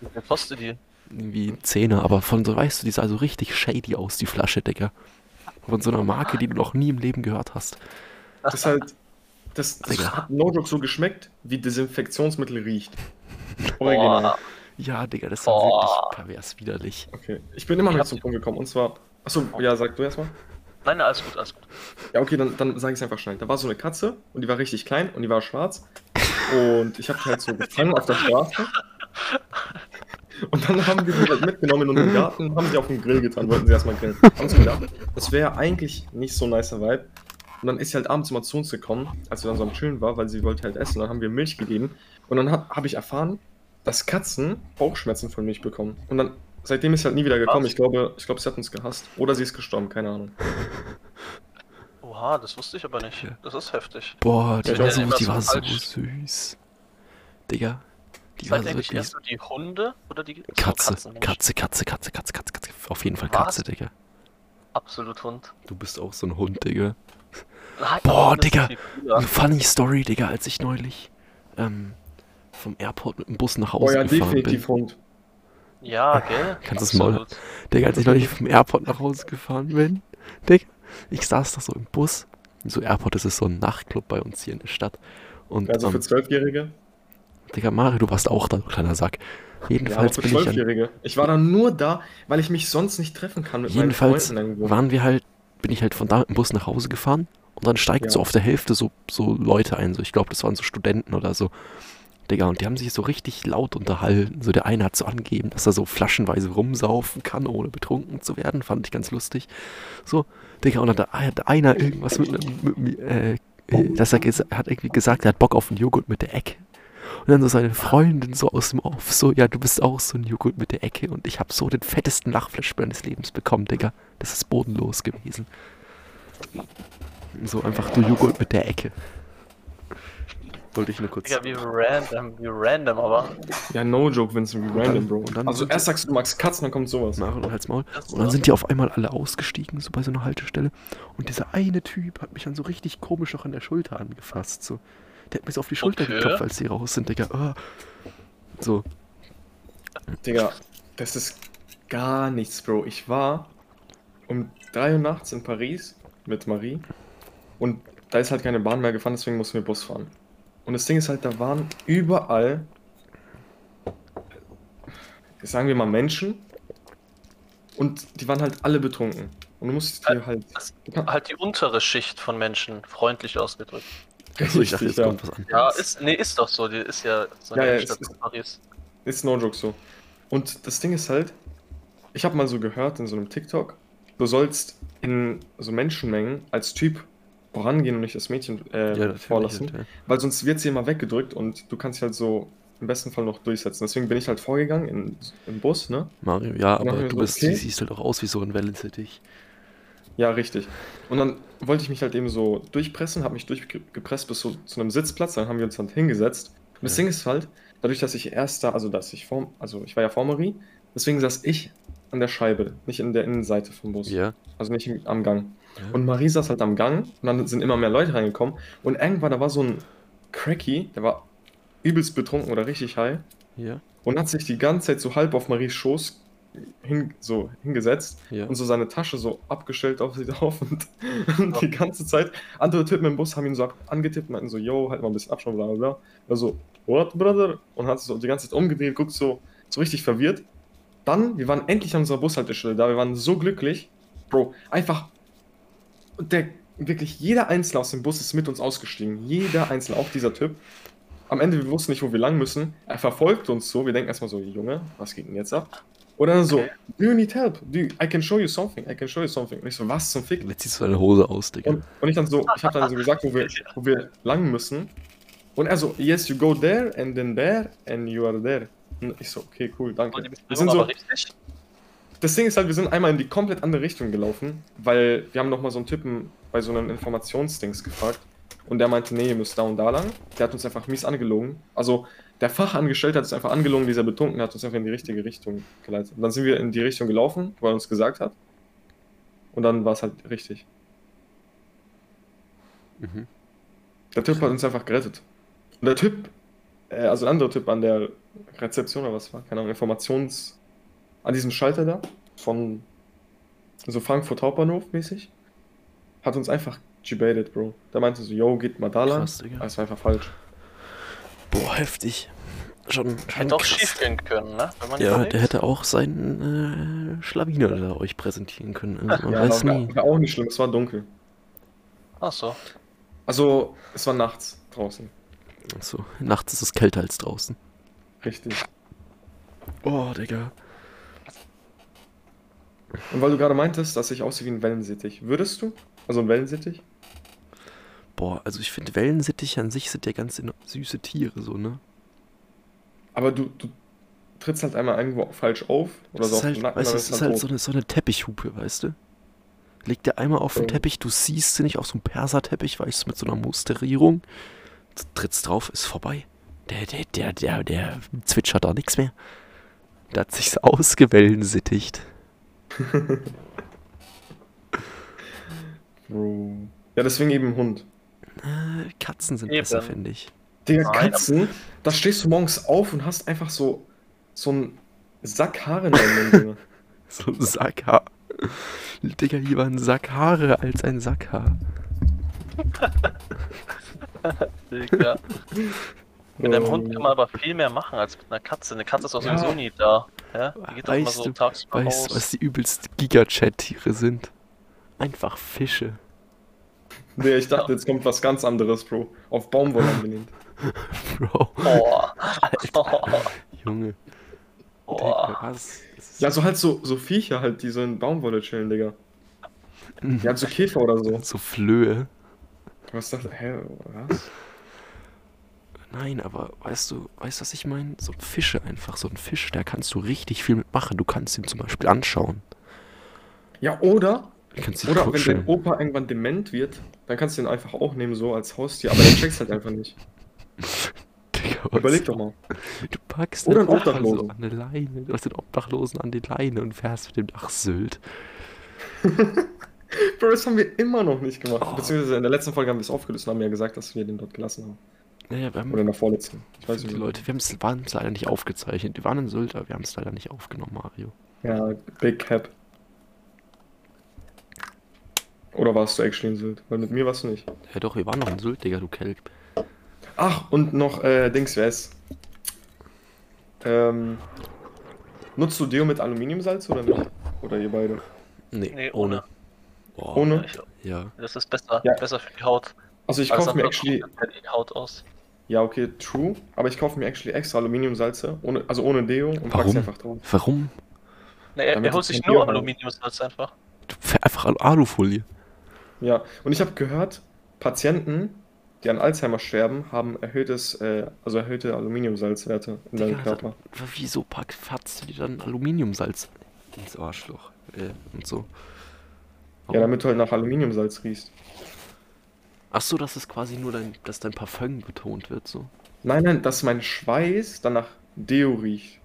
Speaker 4: Wer kostet die?
Speaker 2: Irgendwie ein Zehner, aber von so, weißt du, die sah so richtig shady aus, die Flasche, Digga. Von so einer Marke, die du noch nie im Leben gehört hast.
Speaker 1: Das ist halt. Das, das
Speaker 2: Digga.
Speaker 1: hat no joke so geschmeckt, wie Desinfektionsmittel riecht.
Speaker 4: Boah,
Speaker 1: Original.
Speaker 2: Ja, Digga, das war
Speaker 4: Boah.
Speaker 2: wirklich pervers widerlich.
Speaker 1: Okay. Ich bin immer noch
Speaker 4: Ich
Speaker 1: nicht
Speaker 4: hab-
Speaker 1: zum Punkt gekommen. Und zwar. Achso, ja, sag du erstmal.
Speaker 4: nein, nein, alles gut, alles gut.
Speaker 1: Ja, okay, dann, dann sage ich es einfach schnell. Da war so eine Katze und die war richtig klein und die war schwarz. Und ich habe die halt so gefangen auf der Straße. Und dann haben wir die halt mitgenommen in unseren Garten und haben sie auf den Grill getan, wollten sie erstmal grillen. Haben uns gedacht, das wäre eigentlich nicht so ein nicer Vibe. Und dann ist sie halt abends immer zu uns gekommen, als wir dann so am Chillen war, weil sie wollte halt essen. Dann haben wir Milch gegeben. Und dann habe hab ich erfahren, dass Katzen Bauchschmerzen von Milch bekommen. Und dann, seitdem ist sie halt nie wieder gekommen.
Speaker 4: Was?
Speaker 1: Ich glaube, ich glaube, sie hat uns gehasst. Oder sie ist gestorben, keine Ahnung.
Speaker 4: Oha, das wusste ich aber nicht.
Speaker 2: Ja.
Speaker 4: Das ist heftig.
Speaker 2: Boah,
Speaker 1: Ja,
Speaker 2: die
Speaker 1: ich
Speaker 2: war
Speaker 1: weiß
Speaker 2: so,
Speaker 4: nicht, was
Speaker 2: die war so
Speaker 4: falsch-
Speaker 2: süß. Digga, die war
Speaker 4: Seid
Speaker 2: so
Speaker 4: ihr eigentlich
Speaker 2: wirklich
Speaker 4: erst so die Hunde oder die so,
Speaker 2: Katze,
Speaker 4: Katzenmensch?
Speaker 2: Katze, Katze, Katze, Katze, Katze, Katze. Auf jeden Fall
Speaker 4: Was?
Speaker 2: Katze, Digga.
Speaker 4: Absolut Hund.
Speaker 2: Du bist auch so ein Hund, Digga.
Speaker 4: Nein,
Speaker 2: Boah,
Speaker 4: Hunde sind
Speaker 2: Digga.
Speaker 4: viel cooler.
Speaker 2: Eine funny Story, Digga, als ich neulich ähm, vom Airport mit dem Bus nach
Speaker 1: Oh
Speaker 2: Hause
Speaker 1: ja,
Speaker 2: gefahren bin.
Speaker 1: definitiv Hund.
Speaker 4: Ja, gell?
Speaker 2: Kannst du's mal-
Speaker 4: Absolut.
Speaker 2: Digga, als ich neulich vom Airport nach Hause gefahren bin, Digga, ich saß da so im Bus. So Airport, das ist so ein Nachtclub bei uns hier in der Stadt. Und
Speaker 1: Also für
Speaker 2: ähm,
Speaker 1: Zwölfjährige.
Speaker 2: Digga, Mario, du warst auch da, du kleiner Sack.
Speaker 1: Ja, aber
Speaker 2: Jedenfalls
Speaker 1: für
Speaker 2: bin ich an,
Speaker 1: Zwölfjährige. Ich war da nur da, weil ich mich sonst nicht treffen kann mit
Speaker 2: Jedenfalls
Speaker 1: meinen Freunden irgendwo.
Speaker 2: waren wir halt, bin ich halt von da mit dem Bus nach Hause gefahren und dann steigt
Speaker 1: Ja.
Speaker 2: so auf der Hälfte so, so Leute ein. So, ich glaube, das waren so Studenten oder so. Digga, und die haben sich so richtig laut unterhalten. So, der eine hat so angegeben, dass er so flaschenweise rumsaufen kann, ohne betrunken zu werden. Fand ich ganz lustig. So, Digga, und dann hat der- hat einer irgendwas mit, mit, mit äh, äh, dass er gesa- hat irgendwie gesagt, er hat Bock auf einen Joghurt mit der Ecke. Und dann so seine Freundin so aus dem Off, so, ja, du bist auch so ein Joghurt mit der Ecke. Und ich habe so den fettesten Lachflash meines Lebens bekommen, Digga. Das ist bodenlos gewesen. So einfach du Joghurt mit der Ecke. Wollte ich nur kurz.
Speaker 4: Digga, wie random, wie random, aber.
Speaker 1: Ja, no joke, Vincent, wie
Speaker 2: dann-
Speaker 1: random, Bro.
Speaker 2: und dann-
Speaker 1: also erst sagst du, du magst Katzen, dann kommt sowas.
Speaker 2: machen und halt's Maul.
Speaker 4: Das
Speaker 2: Und dann
Speaker 4: war-
Speaker 2: sind die auf einmal alle ausgestiegen, so bei so einer Haltestelle. Und dieser eine Typ hat mich dann so richtig komisch noch an der Schulter angefasst. So. Der hat mir so auf die Schulter
Speaker 4: Okay.
Speaker 2: geklopft, als die raus sind, Digga. Ah. So,
Speaker 1: Digga, das ist gar nichts, Bro. Ich war um 3 Uhr nachts in Paris mit Marie und da ist halt keine Bahn mehr gefahren, deswegen mussten wir Bus fahren. Und das Ding ist halt, da waren überall, sagen wir mal, Menschen und die waren halt alle betrunken. Und du musstest dir halt.
Speaker 4: Das, halt die untere Schicht von Menschen, freundlich ausgedrückt.
Speaker 2: also ich dachte, jetzt
Speaker 1: ja.
Speaker 2: kommt was anderes.
Speaker 4: Ja, ist, nee, ist doch so, die ist ja so
Speaker 1: Ja,
Speaker 4: eine
Speaker 1: ja,
Speaker 4: Stadt
Speaker 1: ist-
Speaker 4: in Paris.
Speaker 1: Ist no joke so. Und das Ding ist halt, ich habe mal so gehört in so einem TikTok, du sollst in so Menschenmengen als Typ vorangehen und nicht das Mädchen äh,
Speaker 2: Ja, natürlich,
Speaker 1: vorlassen,
Speaker 2: natürlich.
Speaker 1: weil sonst wird sie immer weggedrückt und du kannst dich halt so im besten Fall noch durchsetzen. Deswegen bin ich halt vorgegangen in, im Bus, ne?
Speaker 2: Mario, ja,
Speaker 1: Dann
Speaker 2: aber
Speaker 1: haben wir
Speaker 2: du
Speaker 1: so,
Speaker 2: bist,
Speaker 1: okay.
Speaker 2: sie- siehst halt auch aus wie so ein Wellensittich.
Speaker 1: Ja, richtig. Und dann wollte ich mich halt eben so durchpressen, habe mich durchgepresst bis so zu einem Sitzplatz, dann haben wir uns dann hingesetzt. Und das
Speaker 2: Ja.
Speaker 1: Ding ist halt, dadurch, dass ich erst da, also dass ich vor, also ich war ja vor Marie, deswegen saß ich an der Scheibe, nicht in der Innenseite vom Bus,
Speaker 2: Ja.
Speaker 1: also nicht im- am Gang.
Speaker 2: Ja.
Speaker 1: Und Marie saß halt am Gang und dann sind immer mehr Leute reingekommen und irgendwann da war so ein Cracky, der war übelst betrunken oder richtig high
Speaker 2: Ja,
Speaker 1: und hat sich die ganze Zeit so halb auf Maries Schoß hin, so hingesetzt
Speaker 2: ja.
Speaker 1: und so seine Tasche so abgestellt auf sie drauf und, und die ganze Zeit. Andere Typen im Bus haben ihn so ab- angetippt, meinten so, yo, halt mal ein bisschen Abstand, bla bla bla. Er so, what, brother? Und hat sich so die ganze Zeit umgedreht, guckt so, so richtig verwirrt. Dann, wir waren endlich an unserer Bushaltestelle da, wir waren so glücklich. Bro, einfach, und der, wirklich jeder Einzelne aus dem Bus ist mit uns ausgestiegen. Jeder Einzelne, auch dieser Typ. Am Ende, wir wussten nicht, wo wir lang müssen. Er verfolgt uns so, wir denken erstmal so, Junge, was geht denn jetzt ab? Oder dann so, Do you need help? Do you, I can show you something. I can show you something. Und ich so, was zum Fick?
Speaker 2: Jetzt ziehst du deine Hose aus, Digga.
Speaker 1: Und, und ich dann so, ich habe dann so gesagt, wo wir, wo wir lang müssen. Und er so, yes, you go there and then there and you are there. Und ich so, okay, cool, danke.
Speaker 4: Und die
Speaker 1: Wir
Speaker 4: Beschreibung
Speaker 1: sind
Speaker 4: aber
Speaker 1: so,
Speaker 4: richtig?
Speaker 1: das Ding ist halt, wir sind einmal in die komplett andere Richtung gelaufen, weil wir haben nochmal so einen Typen bei so einem Informationsdings gefragt. Und der meinte, nee, ihr müsst da und da lang. Der hat uns einfach mies angelogen. Also, der Fachangestellte hat uns einfach angelogen, dieser Betrunken hat uns einfach in die richtige Richtung geleitet. Und dann sind wir in die Richtung gelaufen, wo er uns gesagt hat. Und dann war es halt richtig.
Speaker 2: Mhm.
Speaker 1: Der Typ hat uns einfach gerettet. Und der Typ, äh, also ein anderer Typ an der Rezeption oder was war, keine Ahnung, Informations. an diesem Schalter da, von so Frankfurt Hauptbahnhof mäßig, hat uns einfach gebaitet, Bro. Da meinte so, yo, geht mal da lang.
Speaker 2: Krass, Digga.
Speaker 1: Das war einfach falsch.
Speaker 2: Boah, heftig. Schon, schon
Speaker 4: Hätte auch
Speaker 2: krass.
Speaker 4: schief gehen können, ne? Wenn man
Speaker 2: Ja,
Speaker 4: überlegt.
Speaker 2: der hätte auch seinen äh, Schlawiner da euch präsentieren können. Also, man
Speaker 1: Ja,
Speaker 2: weiß
Speaker 1: war,
Speaker 2: nie.
Speaker 1: war auch nicht schlimm, es war dunkel.
Speaker 4: Ach so.
Speaker 1: Also, es war nachts draußen.
Speaker 2: Achso, nachts ist es kälter als draußen.
Speaker 1: Richtig.
Speaker 2: Oh, Digga.
Speaker 1: Und weil du gerade meintest, dass ich aussehe wie ein Wellensittich, würdest du? Also ein Wellensittich?
Speaker 2: Boah, also ich finde Wellensittiche an sich sind ja ganz in- süße Tiere, so, ne?
Speaker 1: Aber du, du trittst halt einmal irgendwo falsch auf oder
Speaker 2: Das
Speaker 1: so
Speaker 2: ist
Speaker 1: auf
Speaker 2: halt,
Speaker 1: den Nacken,
Speaker 2: weißt du,
Speaker 1: dann
Speaker 2: es ist
Speaker 1: man
Speaker 2: halt
Speaker 1: tot.
Speaker 2: so eine, so eine Teppichhupe, weißt du? Legt dir einmal auf den
Speaker 1: Ja.
Speaker 2: Teppich, du siehst sie nicht auf so einem Perserteppich, weißt du, mit so einer Musterierung. Trittst drauf, ist vorbei. Der, der, der, der, der zwitschert da nichts mehr. Der hat sich's ausgewellensittigt.
Speaker 1: Bro. Ja, deswegen eben Hund.
Speaker 2: Äh, Katzen sind
Speaker 4: Eben.
Speaker 2: besser, finde ich.
Speaker 1: Digga,
Speaker 4: Nein,
Speaker 1: Katzen, da stehst du morgens auf und hast einfach so, so einen Sack Haare in deinem Mund, Junge.
Speaker 2: So ein Sackhaar. Digga, lieber ein Sack Haare als ein Sackhaar.
Speaker 4: Digga. Mit einem Hund kann
Speaker 1: Ähm,
Speaker 4: man aber viel mehr machen als mit einer Katze. Eine Katze ist auch
Speaker 1: Ja.
Speaker 4: sowieso nie da. Ja? Die geht doch immer
Speaker 2: Weißt
Speaker 4: so
Speaker 2: du-
Speaker 4: tagsüber
Speaker 2: Weißt du,
Speaker 4: raus.
Speaker 2: was die übelst Giga-Chat-Tiere sind? Einfach Fische.
Speaker 1: Nee, ich dachte, jetzt kommt was ganz anderes, Bro. Auf Baumwolle angelehnt.
Speaker 2: Bro,
Speaker 4: Boah. Boah.
Speaker 2: Junge. Digga,
Speaker 4: Boah.
Speaker 2: was? Das ist
Speaker 1: Ja, so halt so, so Viecher halt, die so in Baumwolle chillen, Digga. Ja, so Käfer oder so.
Speaker 2: so Flöhe.
Speaker 1: Was dachte, hä, was?
Speaker 2: Nein, aber weißt du, weißt du, was ich meine? So Fische einfach, so ein Fisch, da kannst du richtig viel mit machen. Du kannst ihn zum Beispiel anschauen.
Speaker 1: Ja, oder,
Speaker 2: Du kannst ihn
Speaker 1: oder wenn
Speaker 2: kuscheln.
Speaker 1: dein Opa irgendwann dement wird, dann kannst du ihn einfach auch nehmen, so als Haustier, aber den checkst halt einfach nicht.
Speaker 2: Digga, was?
Speaker 1: Überleg doch mal.
Speaker 2: Du packst
Speaker 1: Oder
Speaker 2: den
Speaker 1: einen
Speaker 2: Obdachlosen
Speaker 1: Obdachlosen.
Speaker 2: an eine Leine. Du hast den Obdachlosen an die Leine und fährst mit dem nach Sylt.
Speaker 1: Bro, das haben wir immer noch nicht gemacht.
Speaker 2: Oh.
Speaker 1: Beziehungsweise in der letzten Folge haben wir es aufgelöst und haben ja gesagt, dass wir den dort gelassen haben.
Speaker 2: Ja, ja, wir haben,
Speaker 1: Oder in der vorletzten. Ich weiß
Speaker 2: die
Speaker 1: nicht.
Speaker 2: Leute, wir haben es leider nicht aufgezeichnet. Wir waren in Sylt, aber wir haben es leider nicht aufgenommen, Mario.
Speaker 1: Ja, Big Cap. Oder warst du actually in Sylt? Weil mit mir warst du nicht.
Speaker 2: Ja doch, wir waren noch in Sylt, Digga, du Kelp.
Speaker 1: Ach, und noch äh, Dings, wer ist? Ähm, nutzt du Deo mit Aluminiumsalz oder nicht? Oder ihr beide?
Speaker 2: Nee,
Speaker 4: Nee,
Speaker 2: ohne.
Speaker 4: ohne.
Speaker 2: Boah,
Speaker 1: Ohne?
Speaker 4: Ich,
Speaker 2: Ja.
Speaker 4: das ist besser.
Speaker 1: Ja.
Speaker 4: Besser für die Haut.
Speaker 1: Also ich
Speaker 4: Weil
Speaker 1: kaufe mir
Speaker 4: sonst
Speaker 1: actually,
Speaker 4: trocknet halt die Haut aus.
Speaker 1: ja okay, true, aber ich kaufe mir actually extra Aluminiumsalze, ohne, also ohne Deo und pack
Speaker 2: Warum?
Speaker 1: sie einfach drauf.
Speaker 2: Warum?
Speaker 4: Nee, er,
Speaker 1: Damit
Speaker 4: er holt
Speaker 1: es
Speaker 4: sich
Speaker 1: kein Bier
Speaker 4: nur
Speaker 1: hat.
Speaker 4: Aluminiumsalz einfach.
Speaker 2: Du fährst einfach Alu- Alufolie.
Speaker 1: Ja, und ich habe gehört, Patienten, die an Alzheimer sterben, haben erhöhtes, äh, also erhöhte Aluminiumsalzwerte in deinem
Speaker 2: Digga, da-
Speaker 1: Körper.
Speaker 2: w- wieso packt Fatz dir dann Aluminiumsalz ins Arschloch? Äh, und so.
Speaker 1: Ja, damit du halt nach Aluminiumsalz riechst.
Speaker 2: Achso, dass es quasi nur dein, dass dein Parfum betont wird, so.
Speaker 1: Nein, nein, dass mein Schweiß dann nach Deo riecht.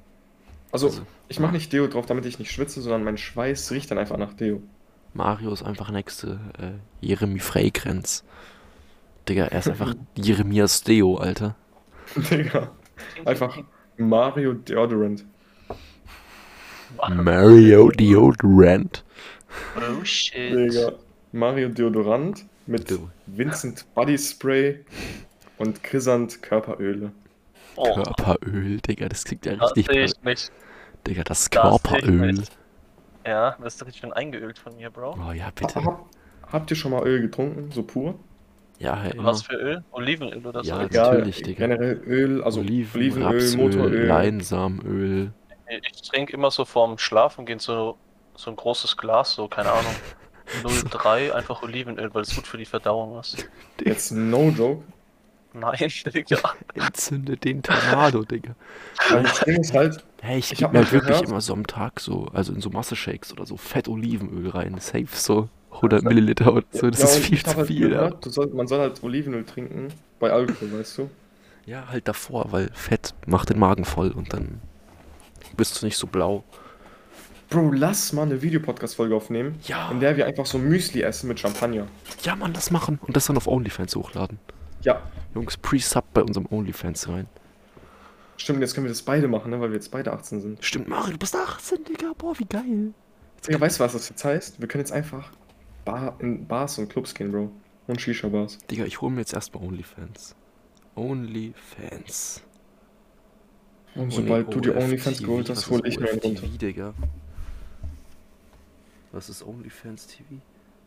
Speaker 1: Also,
Speaker 2: Also,
Speaker 1: ich mache nicht Deo drauf, damit ich nicht schwitze, sondern mein Schweiß riecht dann einfach nach Deo.
Speaker 2: Mario ist einfach nächste äh, Jeremy Freigrenz. Digga, er ist einfach Jeremias Deo, Alter.
Speaker 1: Digga. Einfach Mario Deodorant.
Speaker 2: Mario Deodorant.
Speaker 4: Oh shit.
Speaker 1: Digga. Mario Deodorant mit
Speaker 2: Deo.
Speaker 1: Vincent Body Spray und Chrisant Körperöle.
Speaker 4: Oh,
Speaker 2: Körperöl, Digga, das klingt ja
Speaker 4: das
Speaker 2: richtig.
Speaker 4: sehe ich nicht.
Speaker 2: Digga, das
Speaker 4: Das sehe ich
Speaker 2: Körperöl.
Speaker 4: nicht. Ja, das ist richtig schön eingeölt von mir, Bro.
Speaker 2: Oh ja, bitte.
Speaker 1: Hab, habt ihr schon mal Öl getrunken, so pur?
Speaker 2: Ja, ja, immer.
Speaker 4: Was für Öl? Olivenöl oder so?
Speaker 2: Ja,
Speaker 4: Egal.
Speaker 2: Also Natürlich, Digga.
Speaker 1: Generell Öl, also
Speaker 2: Oliven,
Speaker 1: Olivenöl,
Speaker 2: Rapsöl,
Speaker 1: Motoröl.
Speaker 2: Leinsamenöl.
Speaker 4: Ich trinke immer so vorm Schlafengehen so, so ein großes Glas, so, keine Ahnung. 0,3 einfach Olivenöl, weil es gut für die Verdauung ist.
Speaker 1: Jetzt no joke.
Speaker 4: Nein, Digga.
Speaker 2: Entzünde den Tornado, Digga.
Speaker 1: Das Ding ist halt,
Speaker 2: Hey, ich,
Speaker 1: Ich
Speaker 2: geb
Speaker 1: hab
Speaker 2: mir
Speaker 1: mal
Speaker 2: halt wirklich
Speaker 1: gehört-
Speaker 2: immer so am Tag so, also in so Masse-Shakes oder so Fett Olivenöl rein. Safe so 100 Milliliter oder so, das
Speaker 1: Ja,
Speaker 2: ist
Speaker 1: und
Speaker 2: viel
Speaker 1: ich hab
Speaker 2: zu
Speaker 1: halt
Speaker 2: viel. Ja.
Speaker 1: gehört, du soll, man soll halt Olivenöl trinken bei Alkohol, weißt du?
Speaker 2: ja, halt davor, weil Fett macht den Magen voll und dann bist du nicht so blau.
Speaker 1: Bro, lass mal eine Videopodcast-Folge aufnehmen,
Speaker 2: Ja,
Speaker 1: in der wir einfach so Müsli essen mit Champagner.
Speaker 2: ja, Mann, das machen und das dann auf OnlyFans hochladen.
Speaker 1: Ja,
Speaker 2: Jungs, pre-sub bei unserem OnlyFans rein.
Speaker 1: stimmt, jetzt können wir das beide machen, ne, weil wir jetzt beide 18 sind.
Speaker 2: Stimmt, Mario, du bist 18, Digga, boah, wie geil.
Speaker 1: Ja, weißt du, was das jetzt heißt? Wir können jetzt einfach Bar, in Bars und Clubs gehen, Bro. Und Shisha-Bars.
Speaker 2: Digga, ich hole mir jetzt erstmal OnlyFans. OnlyFans.
Speaker 1: Und sobald du die OnlyFans geholt hast, hole ich mir einen runter.
Speaker 2: TV, Digga. Was ist OnlyFans TV?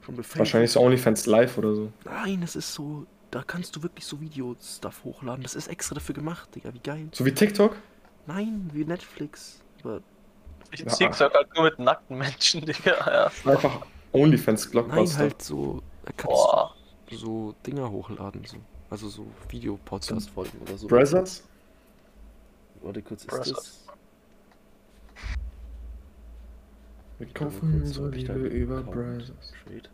Speaker 2: Schon bei
Speaker 1: Wahrscheinlich so OnlyFans live oder so.
Speaker 2: Facebook? Nein, das ist so. Da kannst du wirklich so Videostuff hochladen. Das ist extra dafür gemacht, Digga. Wie geil.
Speaker 1: So wie TikTok?
Speaker 2: Nein, wie Netflix. Aber
Speaker 4: Ich
Speaker 1: Ja.
Speaker 4: zieh's halt nur mit nackten Menschen, Digga. Ja.
Speaker 1: Einfach
Speaker 2: nein,
Speaker 1: OnlyFans-Blockbuster.
Speaker 2: halt so. Da kannst
Speaker 4: Boah.
Speaker 2: du so Dinger hochladen. So. Also so Videopodcast-Folgen oder so.
Speaker 1: Brothers?
Speaker 2: Warte kurz, ist
Speaker 4: Brothers.
Speaker 2: das.
Speaker 1: Wir
Speaker 2: Warte
Speaker 1: kaufen
Speaker 2: kurz,
Speaker 1: unsere
Speaker 2: hab ich da
Speaker 1: Liebe über
Speaker 2: gekauft?
Speaker 1: Brothers.
Speaker 2: Trade.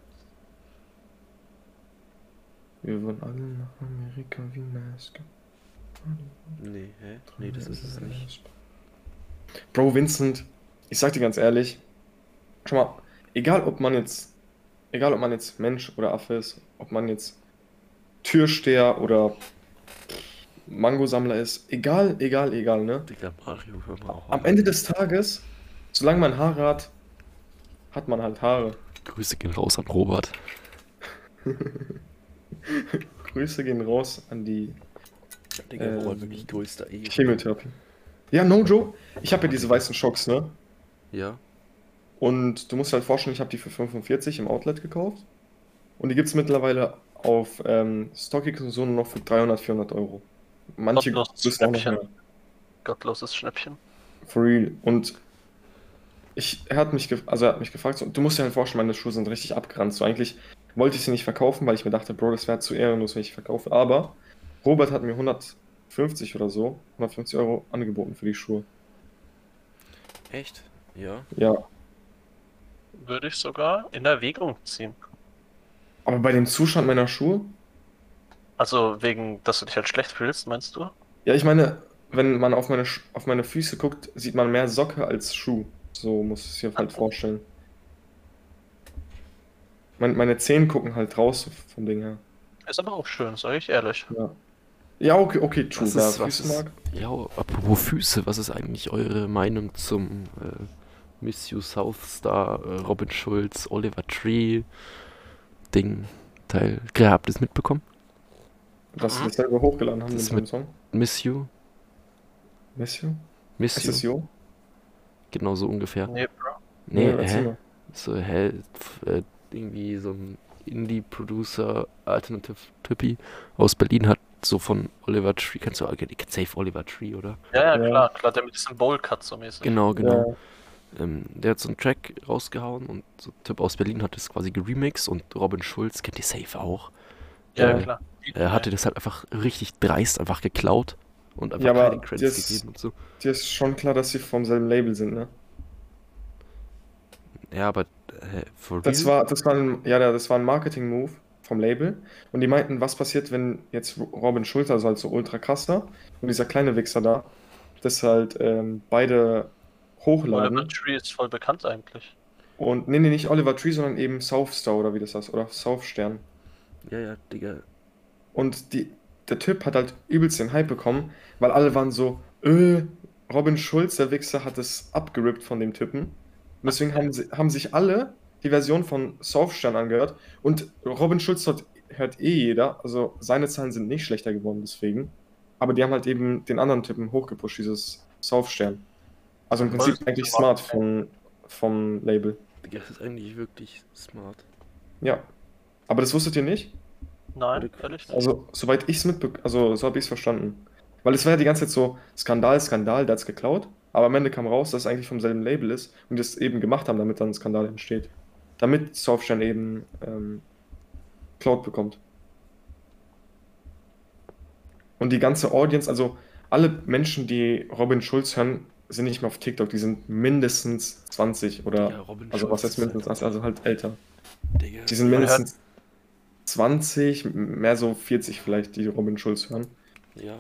Speaker 1: Wir wollen alle nach Amerika wie Maske.
Speaker 2: Nee, hä? Nee, das ist es nicht.
Speaker 1: Bro, Vincent, ich sag dir ganz ehrlich, schau mal, egal ob man jetzt, egal ob man jetzt Mensch oder Affe ist, ob man jetzt Türsteher oder Mangosammler ist. Egal, egal, egal, ne?
Speaker 2: Digga, Mario, hör mal auf.
Speaker 1: Am Ende des Tages, solange man Haare hat, hat man halt Haare.
Speaker 2: Grüße gehen raus an Robert.
Speaker 1: Grüße gehen raus an die
Speaker 2: Digga,
Speaker 1: Ähm,
Speaker 2: Robert, wirklich größter Ehre.
Speaker 1: Chemotherapie. Ja, no joke. Ich habe ja diese weißen Schocks, ne?
Speaker 2: Ja,
Speaker 1: Und du musst dir halt vorstellen, ich habe die für 45 im Outlet gekauft. Und die gibt es mittlerweile auf ähm, StockX und so nur noch für 300, 400 Euro. Manche
Speaker 4: Kostenlos,
Speaker 1: kosten auch noch
Speaker 4: Schnäppchen.
Speaker 1: mehr.
Speaker 4: Gottloses Schnäppchen.
Speaker 1: For real. Und ich, er hat mich, ge- also er hat mich gefragt, so, du musst dir halt vorstellen, meine Schuhe sind richtig abgerannt. So eigentlich wollte ich sie nicht verkaufen, weil ich mir dachte, Bro, das wäre zu ehrenlos, wenn ich sie verkaufe. Aber Robert hat mir 150 oder so, 150 Euro angeboten für die Schuhe.
Speaker 2: echt? Ja.
Speaker 1: Ja.
Speaker 4: Würde ich sogar in Erwägung ziehen.
Speaker 1: Aber bei dem Zustand meiner Schuhe,
Speaker 4: Also wegen, dass du dich halt schlecht fühlst, meinst du?
Speaker 1: ja, ich meine, wenn man auf meine, Sch- auf meine Füße guckt, sieht man mehr Socke als Schuh. So muss ich es mir halt vorstellen. Meine, meine Zehen gucken halt raus so vom Ding her.
Speaker 4: Ist aber auch schön, sage ich ehrlich.
Speaker 1: Ja. Ja, okay, okay, true.
Speaker 2: Was
Speaker 1: wer
Speaker 2: ist, was
Speaker 1: Füße
Speaker 2: ist,
Speaker 1: mag.
Speaker 2: ja, apropos Füße, was ist eigentlich eure Meinung zum äh, Miss You South Star, äh, Robin Schulz, Oliver Tree Ding Teil? Ja, habt ihr es mitbekommen?
Speaker 1: Dass sie
Speaker 4: Mhm.
Speaker 1: das selber hochgeladen haben
Speaker 2: Das
Speaker 1: mit
Speaker 2: ist
Speaker 1: dem Song.
Speaker 2: mit- Miss You?
Speaker 1: Messio?
Speaker 2: Miss
Speaker 1: Ist
Speaker 2: You?
Speaker 1: das Jo?
Speaker 2: Genau so ungefähr.
Speaker 4: Nee, Bro.
Speaker 2: Nee,
Speaker 1: erzähl
Speaker 2: hä?
Speaker 1: mal.
Speaker 2: So, hä? Pf, äh, irgendwie so ein Indie-Producer, Alternative-Typi aus Berlin hat so von Oliver Tree, kannst du, okay, die kennt safe Oliver Tree, oder?
Speaker 4: Ja, ja,
Speaker 1: Ja.
Speaker 4: klar, klar, der mit diesem Bowl-Cut so mäßig.
Speaker 2: Genau, genau.
Speaker 1: Ja,
Speaker 2: Ähm, der hat so einen Track rausgehauen und so ein Typ aus Berlin hat das quasi geremixed und Robin Schulz, kennt ihr safe auch,
Speaker 4: Ja,
Speaker 2: Äh,
Speaker 4: klar.
Speaker 2: äh, hatte das halt einfach richtig dreist einfach geklaut und einfach
Speaker 1: Ja, aber
Speaker 2: keine Credits
Speaker 1: das-
Speaker 2: gegeben und so.
Speaker 1: dir ist schon klar, dass sie vom selben Label sind, ne?
Speaker 2: Ja, aber äh, for
Speaker 1: Das
Speaker 2: real?
Speaker 1: war, das war ein, ja, ja, das war ein Marketing-Move vom Label. Und die meinten, was passiert, wenn jetzt Robin Schulz, also halt so ultra krasser, und dieser kleine Wichser da, das halt ähm, beide
Speaker 4: Oliver
Speaker 1: hochladen.
Speaker 4: Tree ist voll bekannt eigentlich.
Speaker 1: Und nee, nee, nicht Oliver Tree, sondern eben South Star oder wie das heißt, oder South Stern.
Speaker 2: Ja, ja, Digga.
Speaker 1: Und die, der Typ hat halt übelst den Hype bekommen, weil alle waren so, äh, Robin Schulz, der Wichser, hat es abgerippt von dem Typen. Und deswegen haben, sie, haben sich alle die Version von Softstern angehört. Und Robin Schulz dort hört eh jeder. Also seine Zahlen sind nicht schlechter geworden deswegen. Aber die haben halt eben den anderen Typen hochgepusht, dieses Softstern. Also im Prinzip
Speaker 4: Voll.
Speaker 1: eigentlich smart von, vom Label.
Speaker 2: Digga, das ist eigentlich wirklich smart.
Speaker 1: Ja. Aber das wusstet ihr nicht?
Speaker 4: Nein,
Speaker 2: Oder-
Speaker 4: ehrlich nicht.
Speaker 1: Also, soweit ich es mitbe... also so habe ich es verstanden. Weil es war ja die ganze Zeit so, Skandal, Skandal, der hat's geklaut. Aber am Ende kam raus, dass es eigentlich vom selben Label ist und die es eben gemacht haben, damit dann ein Skandal entsteht. Damit Softstern eben ähm, Cloud bekommt. Und die ganze Audience, also alle Menschen, die Robin Schulz hören, sind nicht mehr auf TikTok, die sind mindestens 20 oder,
Speaker 2: Digga, Robin
Speaker 1: also was heißt
Speaker 2: ist halt-
Speaker 1: mindestens, 20, also halt älter.
Speaker 2: Digga.
Speaker 1: Die sind
Speaker 4: Man hört-
Speaker 1: mindestens 20, mehr so 40 vielleicht, die Robin Schulz hören.
Speaker 2: Ja.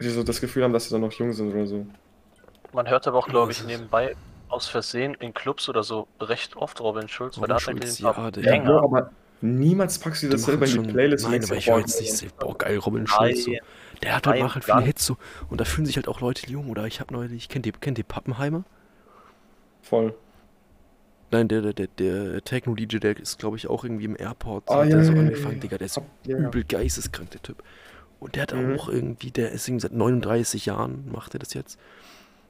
Speaker 1: Die so das Gefühl haben, dass sie dann noch jung sind oder so.
Speaker 4: Man hört aber auch, glaube
Speaker 2: Das
Speaker 4: ich,
Speaker 2: ist-
Speaker 4: nebenbei aus Versehen in Clubs oder so recht oft Robin Schulz, weil
Speaker 2: Robin
Speaker 4: da hat er
Speaker 2: Schulz,
Speaker 4: den
Speaker 2: ja, Digga.
Speaker 1: Ja,
Speaker 4: Banger.
Speaker 1: Bro, aber niemals packst du
Speaker 2: Die
Speaker 1: das selber in
Speaker 2: machen
Speaker 1: die Playlist. und
Speaker 2: Nein,
Speaker 1: denkst
Speaker 2: aber
Speaker 1: dir,
Speaker 2: ich
Speaker 1: boah,
Speaker 2: höre jetzt
Speaker 1: geil.
Speaker 2: nicht, so, boah geil, Robin Schulz. So.
Speaker 4: Nein.
Speaker 2: Der hat halt
Speaker 4: Nein,
Speaker 2: macht halt viele
Speaker 4: gar nicht.
Speaker 2: Hits so. Und da fühlen sich halt auch Leute jung, oder? Ich habe neulich, kennt ihr, kennt ihr Pappenheimer?
Speaker 1: Voll.
Speaker 2: Nein, der, der, der, der Techno-DJ, der ist, glaube ich, auch irgendwie im Airport. So
Speaker 1: Ah,
Speaker 2: hat
Speaker 1: ja,
Speaker 2: der so
Speaker 1: ja, ja,
Speaker 2: angefangen,
Speaker 1: ja.
Speaker 2: Digga, der ist
Speaker 1: Ab- ja, ja.
Speaker 2: übel geisteskrank, der Typ. Und der hat
Speaker 1: Mhm.
Speaker 2: auch irgendwie, der ist irgendwie seit 39 Jahren, macht er das jetzt.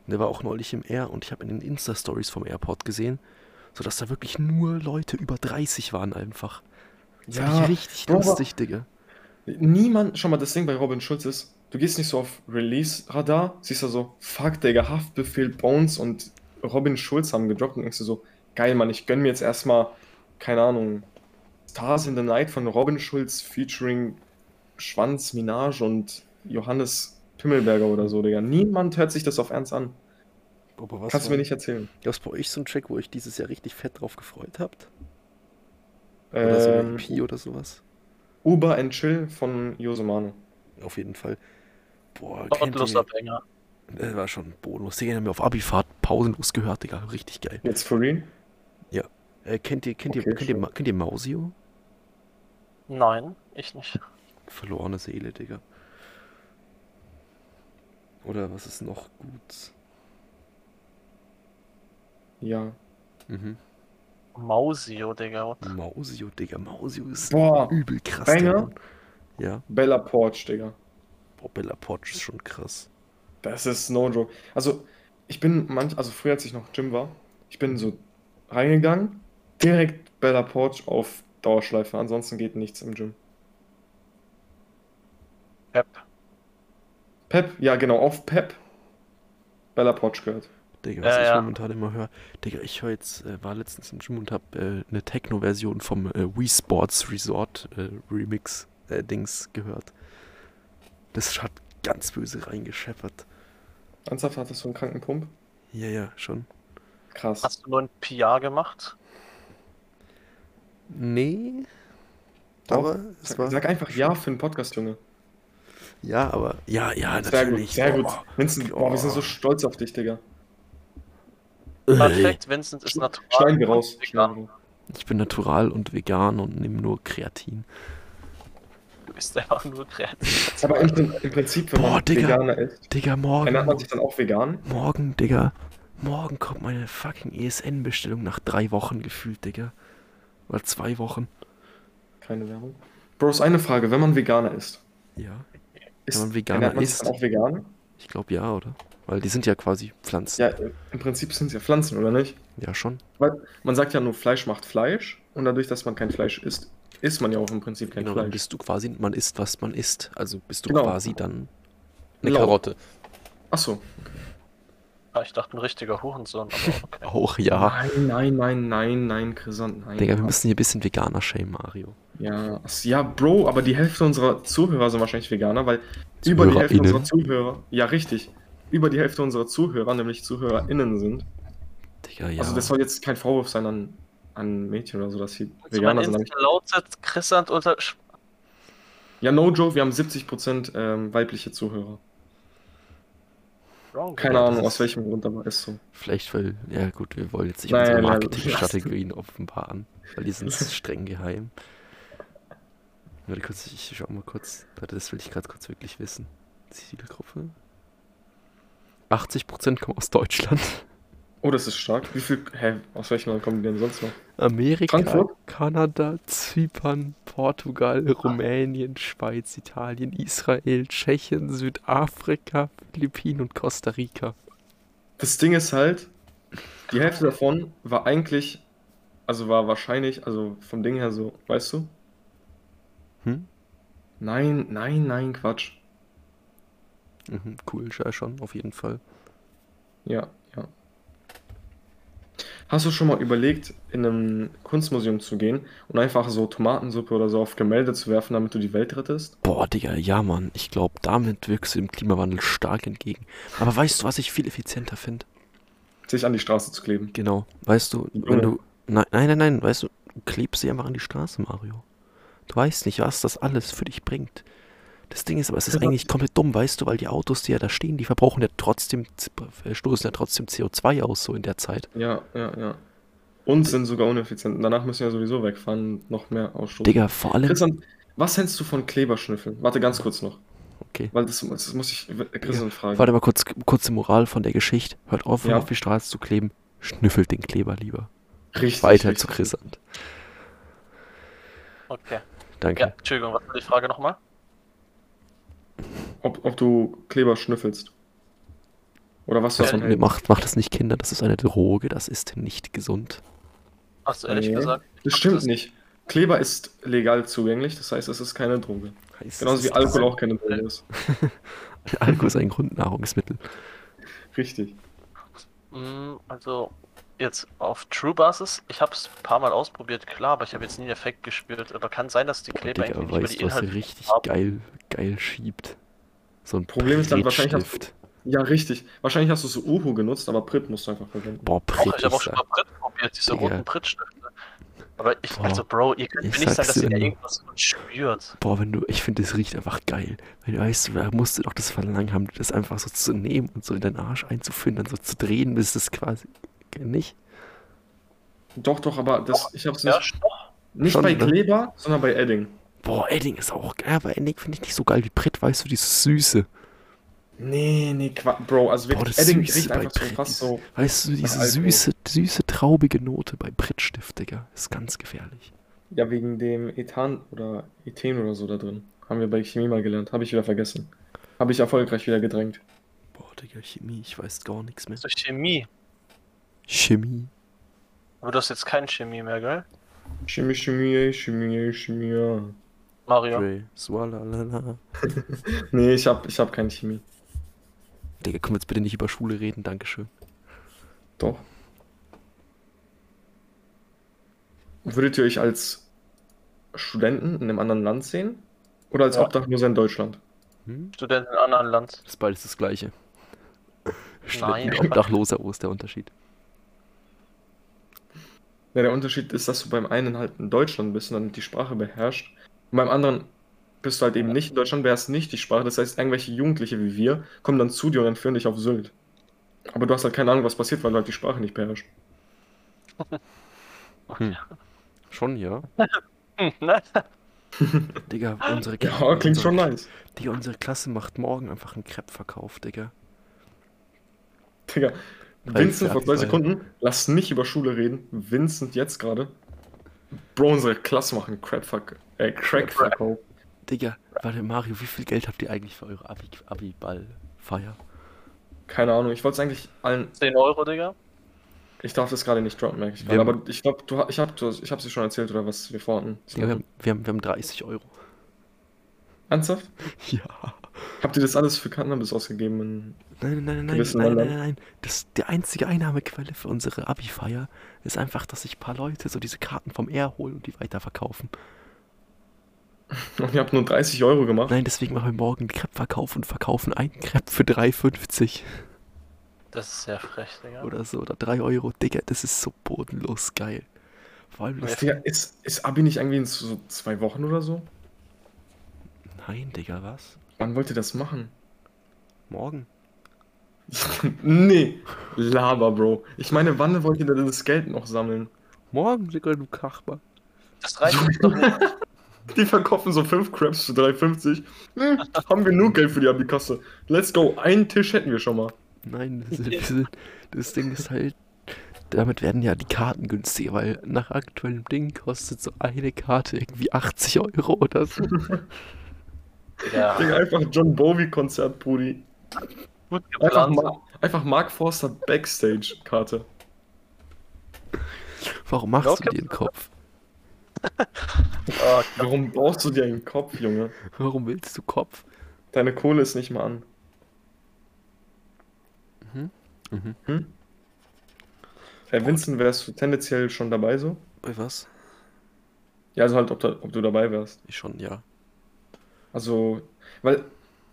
Speaker 2: Und der war auch neulich im Air und ich habe in den Insta-Stories vom Airport gesehen, sodass da wirklich nur Leute über 30 waren einfach. Das ja,
Speaker 1: Ja,
Speaker 2: ich richtig
Speaker 1: Bro, aber-
Speaker 2: lustig, Digga.
Speaker 1: Niemand, schon mal das Ding bei Robin Schulz ist, du gehst nicht so auf Release-Radar, siehst da so, fuck, Digga, Haftbefehl, Bones und Robin Schulz haben gedroppt und denkst du so, geil, Mann, ich gönn mir jetzt erstmal, keine Ahnung, Stars in the Night von Robin Schulz featuring Schwanz Minaj und Johannes Pimmelberger oder so, Digga. Niemand hört sich das auf Ernst an.
Speaker 2: Aber was
Speaker 1: Kannst du mir nicht erzählen.
Speaker 2: Gab es bei euch so einen Track, wo euch dieses Jahr richtig fett drauf gefreut habt? Oder so eine
Speaker 1: Ähm,
Speaker 2: EP oder sowas?
Speaker 1: Uber and Chill von Josemano.
Speaker 2: Auf jeden Fall. Boah, kennt
Speaker 4: Gottloser
Speaker 2: ihr,
Speaker 4: Banger.
Speaker 2: das war schon bodenlos. Den haben wir auf Abifahrt pausenlos gehört, Digga. Richtig geil.
Speaker 1: Jetzt for real?
Speaker 2: Äh, kennt ihr, kennt ihr,
Speaker 1: Okay,
Speaker 2: kennt ihr,
Speaker 1: schon.
Speaker 2: Ma- kennt ihr Mausio?
Speaker 4: Nein, ich nicht.
Speaker 2: Verlorene Seele, Digga. Oder was ist noch gut?
Speaker 1: Ja.
Speaker 2: Mhm.
Speaker 4: Mausio, Digga. what?
Speaker 2: Hm. Mausio, Digga. Mausio ist
Speaker 1: Boah,
Speaker 2: übel krass.
Speaker 1: Banger.
Speaker 2: der Mann. Ja,
Speaker 1: Bella Porch, Digga.
Speaker 2: boah, Bella Porch ist schon krass.
Speaker 1: Das ist no joke. Also, ich bin manch, also früher, als ich noch Gym war, ich bin so reingegangen, direkt Bella Porch auf Dauerschleife. Ansonsten geht nichts im Gym.
Speaker 4: Pep.
Speaker 1: Pep, ja genau, auf Pep. Bella Porch gehört.
Speaker 2: Digga,
Speaker 4: Ja,
Speaker 2: was ich
Speaker 4: ja.
Speaker 2: momentan immer höre. Digga, ich höre jetzt, äh, war letztens im Gym und hab äh, eine Techno-Version vom äh, Wii Sports Resort äh, Remix äh, Dings gehört. Das hat ganz böse reingescheppert.
Speaker 1: Ernsthaft hattest du einen kranken Pump?
Speaker 2: Ja, ja, schon.
Speaker 1: Krass.
Speaker 4: Hast du nur ein PR gemacht?
Speaker 2: Nee.
Speaker 1: Doch.
Speaker 2: Aber es
Speaker 1: Sag,
Speaker 2: war.
Speaker 1: sag einfach ja für den Podcast, Junge.
Speaker 2: Ja, aber. Ja,
Speaker 1: Sehr
Speaker 2: ja,
Speaker 1: gut,
Speaker 2: natürlich.
Speaker 1: sehr
Speaker 2: Boah.
Speaker 1: gut. Vincent, boah, wir sind so stolz auf dich, Digga.
Speaker 2: Äh.
Speaker 4: Perfekt, Vincent ist natural.
Speaker 1: Schneiden wir raus.
Speaker 4: und vegan.
Speaker 1: Schneiden wir raus.
Speaker 2: Ich bin natural und vegan und nehme nur Kreatin.
Speaker 4: Du bist einfach nur kreativ.
Speaker 1: Aber im, Prin- im Prinzip, wenn
Speaker 2: Boah,
Speaker 1: man
Speaker 2: Digga.
Speaker 1: Veganer ist,
Speaker 2: Digga, morgen.
Speaker 1: ernährt man sich dann auch vegan.
Speaker 2: Morgen, Digga. Morgen kommt meine fucking ESN-Bestellung nach drei Wochen gefühlt, Digga. Oder zwei Wochen.
Speaker 1: Keine Werbung. Bros, eine Frage, wenn man Veganer ist,
Speaker 2: Ja.
Speaker 1: ist
Speaker 2: man Veganer
Speaker 1: ernährt man sich
Speaker 2: ist.
Speaker 1: dann auch vegan?
Speaker 2: Ich glaube ja, oder? Weil die sind ja quasi Pflanzen.
Speaker 1: Ja, im Prinzip sind es ja Pflanzen, oder nicht?
Speaker 2: Ja, schon.
Speaker 1: Weil man sagt ja nur, Fleisch macht Fleisch und dadurch, dass man kein Fleisch isst, isst man ja auch im Prinzip kein
Speaker 2: Genau, dann
Speaker 1: Fleisch.
Speaker 2: bist du quasi, man isst, was man isst. Also bist du
Speaker 1: Genau.
Speaker 2: quasi dann eine
Speaker 1: Genau.
Speaker 2: Karotte.
Speaker 1: Achso.
Speaker 4: Ah, Ich dachte, ein richtiger Hurensohn. Aber okay.
Speaker 2: Auch ja.
Speaker 1: Nein, nein, nein, nein, nein, Chrisant, nein.
Speaker 2: Digga, wir müssen hier ein bisschen veganer shamen, Mario.
Speaker 1: Ja, ass- ja, Bro, aber die Hälfte unserer Zuhörer sind wahrscheinlich Veganer, weil über die Hälfte
Speaker 2: ZuhörerInnen.
Speaker 1: unserer Zuhörer, ja richtig, über die Hälfte unserer Zuhörer, nämlich ZuhörerInnen sind.
Speaker 2: Digga, ja.
Speaker 1: Also das soll jetzt kein Vorwurf sein an, an Mädchen oder so, dass sie
Speaker 4: Also mein
Speaker 1: Veganer sind. aber
Speaker 4: Insta lautet Chrisant unter. Sch-
Speaker 1: ich- Ja, no joke, wir haben 70% ähm, weibliche Zuhörer.
Speaker 4: Wrong,
Speaker 1: Keine
Speaker 2: Ja, das
Speaker 1: Ahnung,
Speaker 2: ist-
Speaker 1: aus welchem Grund, aber ist so.
Speaker 2: Vielleicht, weil, ja gut, wir wollen jetzt nicht
Speaker 1: Nein,
Speaker 2: unsere
Speaker 1: nein,
Speaker 2: Marketingstrategien offenbaren, weil die sind streng geheim. Warte kurz, ich ich schau mal kurz. Warte, das will ich gerade kurz wirklich wissen. Zielgruppe? 80% kommen aus Deutschland.
Speaker 1: Oh, das ist stark. Wie viel, hä, aus welchem Land kommen die denn sonst noch?
Speaker 2: Amerika,
Speaker 1: Frankfurt?
Speaker 2: Kanada, Zypern, Portugal, Rumänien, Schweiz, Italien, Israel, Tschechien, Südafrika, Philippinen und Costa Rica.
Speaker 1: Das Ding ist halt, die Hälfte davon war eigentlich, also war wahrscheinlich, also vom Ding her so, weißt du?
Speaker 2: Hm?
Speaker 1: Nein, nein, nein, Quatsch.
Speaker 2: Mhm, cool, ja schon, auf jeden Fall.
Speaker 1: Ja, ja. Hast du schon mal überlegt, in einem Kunstmuseum zu gehen und einfach so Tomatensuppe oder so auf Gemälde zu werfen, damit du die Welt rettest?
Speaker 2: Boah, Digga, ja, Mann. Ich glaube, damit wirkst du dem Klimawandel stark entgegen. Aber weißt du, was ich viel effizienter finde?
Speaker 1: Sich an die Straße zu kleben.
Speaker 2: Genau. Weißt du, wenn
Speaker 1: Junge.
Speaker 2: du. Nein, nein, nein, nein. Weißt du, du klebst sie einfach an die Straße, Mario. Du weißt nicht, was das alles für dich bringt. Das Ding ist aber, es ist
Speaker 1: Ja.
Speaker 2: eigentlich komplett dumm, weißt du, weil die Autos, die ja da stehen, die verbrauchen ja trotzdem, äh, stoßen ja trotzdem CO2 aus, so in der Zeit.
Speaker 1: Ja, ja, ja. Und sind sogar ineffizient. Und Danach müssen wir sowieso wegfahren und noch mehr ausstoßen.
Speaker 2: Digga, vor allem.
Speaker 1: Mhm. Christian, was hältst du von Kleberschnüffeln? Warte ganz kurz noch,
Speaker 2: Okay.
Speaker 1: weil das, das muss ich Christian fragen.
Speaker 2: Warte mal kurz, kurze Moral von der Geschichte. Hört auf,
Speaker 1: Ja.
Speaker 2: auf die Straße zu kleben. Schnüffelt den Kleber lieber.
Speaker 1: Richtig,
Speaker 2: Weiter zu
Speaker 1: richtig.
Speaker 2: Chrisant.
Speaker 4: Okay.
Speaker 2: Danke.
Speaker 4: Ja, Entschuldigung, was war die Frage nochmal?
Speaker 1: Ob, ob du Kleber schnüffelst. Oder was du
Speaker 4: Ja,
Speaker 1: davon
Speaker 2: Nee,
Speaker 1: hältst.
Speaker 2: macht, macht das nicht, Kinder. Das ist eine Droge. Das ist nicht gesund.
Speaker 4: Hast du ehrlich
Speaker 1: Nee.
Speaker 4: gesagt?
Speaker 1: Das stimmt nicht. Kleber ist legal zugänglich, das heißt, es ist keine Droge.
Speaker 2: Heißt,
Speaker 1: Genauso
Speaker 2: es
Speaker 1: wie
Speaker 2: ist-
Speaker 1: Alkohol auch keine Droge ist.
Speaker 2: Alkohol ist ein Grundnahrungsmittel.
Speaker 1: Richtig.
Speaker 4: Mm, Also jetzt auf True Basis, ich habe es ein paar Mal ausprobiert, klar, aber ich habe jetzt nie den Effekt gespürt. Aber kann sein, dass die Kleber
Speaker 2: Digga,
Speaker 4: eigentlich nicht über
Speaker 2: weißt
Speaker 4: die
Speaker 2: du, was
Speaker 4: Inhalte.
Speaker 2: er richtig
Speaker 4: haben.
Speaker 2: geil, geil schiebt? So ein
Speaker 1: Problem ist dann wahrscheinlich, dass-
Speaker 2: Prittstift.
Speaker 1: Ja, richtig. Wahrscheinlich hast du so Uhu genutzt, aber Pritt musst du einfach verwenden.
Speaker 2: Boah, Pritt,
Speaker 4: Auch, ich
Speaker 2: ich
Speaker 4: habe auch schon mal
Speaker 2: sag,
Speaker 4: Pritt probiert, diese
Speaker 2: Digga.
Speaker 4: roten Prittstifte. Aber ich,
Speaker 2: Boah,
Speaker 4: also Bro, ihr könnt
Speaker 2: ich
Speaker 4: mir nicht sagen,
Speaker 2: sag's
Speaker 4: dass
Speaker 2: dir
Speaker 4: ihr da
Speaker 2: nur.
Speaker 4: irgendwas spürt.
Speaker 2: boah, wenn du, ich finde, das riecht einfach geil. Wenn du weißt, du, da musst du doch das Verlangen haben, das einfach so zu nehmen und so in deinen Arsch einzuführen, dann so zu drehen, bis das quasi nicht.
Speaker 1: Doch, doch, aber das, ich hab's
Speaker 4: Ja,
Speaker 1: nicht, nicht
Speaker 2: schon,
Speaker 1: bei
Speaker 2: ne?
Speaker 1: Kleber, sondern bei Edding.
Speaker 2: Boah, Edding ist auch geil, aber Edding finde ich nicht so geil wie Pritt, weißt du, dieses Süße.
Speaker 1: Nee, nee, Qua Bro, also
Speaker 2: Boah,
Speaker 1: wirklich,
Speaker 2: das
Speaker 1: Edding
Speaker 2: Süße
Speaker 1: riecht
Speaker 2: bei
Speaker 1: einfach so
Speaker 2: Crack
Speaker 1: fast
Speaker 2: ist-
Speaker 1: so.
Speaker 2: Weißt du, diese
Speaker 1: Alkohol.
Speaker 2: süße, süße, traubige Note bei Prittstift, Digga, ist ganz gefährlich.
Speaker 1: Ja, wegen dem Ethan oder Ethen oder so da drin. Haben wir bei Chemie mal gelernt. Habe ich wieder vergessen. Habe ich erfolgreich wieder gedrängt.
Speaker 2: Boah, Digga, Chemie, ich weiß gar nichts mehr.
Speaker 4: Also Chemie.
Speaker 2: Chemie.
Speaker 4: Aber du hast jetzt kein Chemie mehr, gell?
Speaker 1: Chemie, Chemie, Chemie, Chemie.
Speaker 4: Mario.
Speaker 2: Dre, Swalalala.
Speaker 1: Nee, ich hab, ich hab keine Chemie.
Speaker 2: Digga, können wir jetzt bitte nicht über Schule reden, dankeschön.
Speaker 1: Doch. Würdet ihr euch als Studenten in einem anderen Land sehen? Oder als
Speaker 4: Ja.
Speaker 1: Obdachloser in Deutschland?
Speaker 2: Hm?
Speaker 4: Studenten in anderen Land.
Speaker 2: Das ist beides das gleiche. Schlitten,
Speaker 4: aber-
Speaker 2: Obdachloser, wo ist der Unterschied?
Speaker 1: Ja, der Unterschied ist, dass du beim einen halt in Deutschland bist und dann die Sprache beherrschst. Und beim anderen bist du halt eben nicht in Deutschland, beherrschst nicht die Sprache. Das heißt, irgendwelche Jugendliche wie wir kommen dann zu dir und entführen dich auf Sylt. Aber du hast halt keine Ahnung, was passiert, weil du halt die Sprache nicht beherrschst.
Speaker 2: Hm. Schon, ja.
Speaker 4: Hm, ne?
Speaker 2: Digga, unsere
Speaker 1: Ja,
Speaker 2: Klasse-
Speaker 1: klingt
Speaker 2: unsere-
Speaker 1: schon nice.
Speaker 2: Digga, unsere Klasse macht morgen einfach einen Crepe-Verkauf, Digga.
Speaker 1: Digga,
Speaker 2: Weil
Speaker 1: Vincent vor
Speaker 2: fertig
Speaker 1: zwei
Speaker 2: war.
Speaker 1: Sekunden, lass nicht über Schule reden. Vincent jetzt gerade. Bro, unsere Klasse machen Crapfuck, äh, Crackverkauf.
Speaker 2: Digga, warte, Mario, wie viel Geld habt ihr eigentlich für eure Abi- Abi-Ball-Feier?
Speaker 1: Keine Ahnung, ich wollte es eigentlich allen.
Speaker 4: 10 Euro, Digga.
Speaker 1: Ich darf das gerade nicht droppen, merke ich
Speaker 2: Wir-
Speaker 1: gerade. Aber ich glaube, du, ha- ich habe ich hab's dir schon erzählt, oder was wir vorhatten.
Speaker 2: Digga, wir haben, wir, haben, wir haben 30 Euro.
Speaker 1: Ernsthaft?
Speaker 2: Ja.
Speaker 1: Habt ihr das alles für Cannabis ausgegeben? In...
Speaker 2: Nein, nein, nein, nein,
Speaker 1: Gewissen
Speaker 2: nein, nein, nein,
Speaker 1: Ländern.
Speaker 2: nein. Das, die einzige Einnahmequelle für unsere Abi-Feier ist einfach, dass sich ein paar Leute so diese Karten vom R holen und die weiterverkaufen.
Speaker 1: Und ihr habt nur 30 Euro gemacht?
Speaker 2: Nein, deswegen machen wir morgen einen Crepe-Verkauf und verkaufen einen Crepe für 3,50
Speaker 4: Das ist sehr frech, Digga.
Speaker 2: oder so oder 3 Euro. Digga, das ist so bodenlos geil. Vor allem das.
Speaker 1: Digga, ist, ist Abi nicht irgendwie in so zwei Wochen oder so?
Speaker 2: Nein, Digga, was?
Speaker 1: Wann wollt ihr das machen?
Speaker 2: Morgen?
Speaker 1: nee, Laber, Bro. Ich meine, wann wollt ihr denn das Geld noch sammeln?
Speaker 2: Morgen, Digga, du Kachbar.
Speaker 4: Das reicht uns doch nicht.
Speaker 1: Die verkaufen so 5 Crabs für 3,50. Hm, haben wir genug Geld für die Abikasse. Let's go. Einen Tisch hätten wir schon mal.
Speaker 2: Nein, das, ist, das, ist, das Ding ist halt. Damit werden ja die Karten günstiger, weil nach aktuellem Ding kostet so eine Karte irgendwie 80 Euro oder so.
Speaker 4: Ja,
Speaker 1: Digga, einfach John Bowie-Konzert, Brudi.
Speaker 4: gut
Speaker 1: Einfach,
Speaker 4: geplant.
Speaker 1: Ma einfach Mark Forster Backstage-Karte.
Speaker 2: Warum machst du
Speaker 4: Glaub-
Speaker 2: dir den Kopf?
Speaker 4: Oh,
Speaker 1: Warum brauchst du dir einen Kopf, Junge?
Speaker 2: Warum willst du Kopf?
Speaker 1: Deine Kohle ist nicht mal an.
Speaker 2: Mhm. Mhm.
Speaker 1: Hm? Herr Vincent, wärst du tendenziell schon dabei so?
Speaker 2: Bei was?
Speaker 1: Ja, also halt, ob, da, ob du dabei wärst.
Speaker 2: Ich schon, ja.
Speaker 1: Also, weil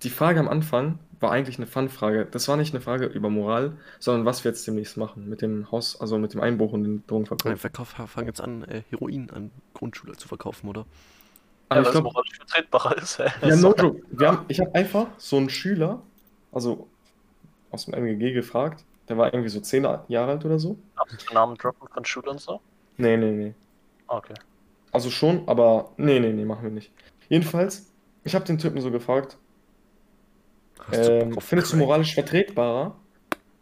Speaker 1: die Frage am Anfang war eigentlich eine Fun-Frage. Das war nicht eine Frage über Moral, sondern was wir jetzt demnächst machen mit dem Haus, also mit dem Einbruch und dem
Speaker 2: Wir
Speaker 1: Drogenverkauf.
Speaker 2: verkauf, fangen jetzt an, äh, Heroin an Grundschüler zu verkaufen, oder?
Speaker 1: Aber
Speaker 4: ja,
Speaker 1: ich
Speaker 4: das
Speaker 1: glaube,
Speaker 4: moralisch vertretbarer ist, ey.
Speaker 1: ja, no joke. Wir haben, Ah, ich habe einfach so einen Schüler, also aus dem MGG gefragt, der war irgendwie so 10 Jahre alt oder so.
Speaker 4: Absolut Namen droppen von Schule und so.
Speaker 1: Nee, nee, nee.
Speaker 4: Okay.
Speaker 1: Also schon, aber nee, nee, nee, machen wir nicht. Jedenfalls, ich habe den Typen so gefragt,
Speaker 2: Hast du Bock
Speaker 1: Ähm,
Speaker 2: auf
Speaker 1: findest du
Speaker 2: Crack?
Speaker 1: moralisch vertretbarer,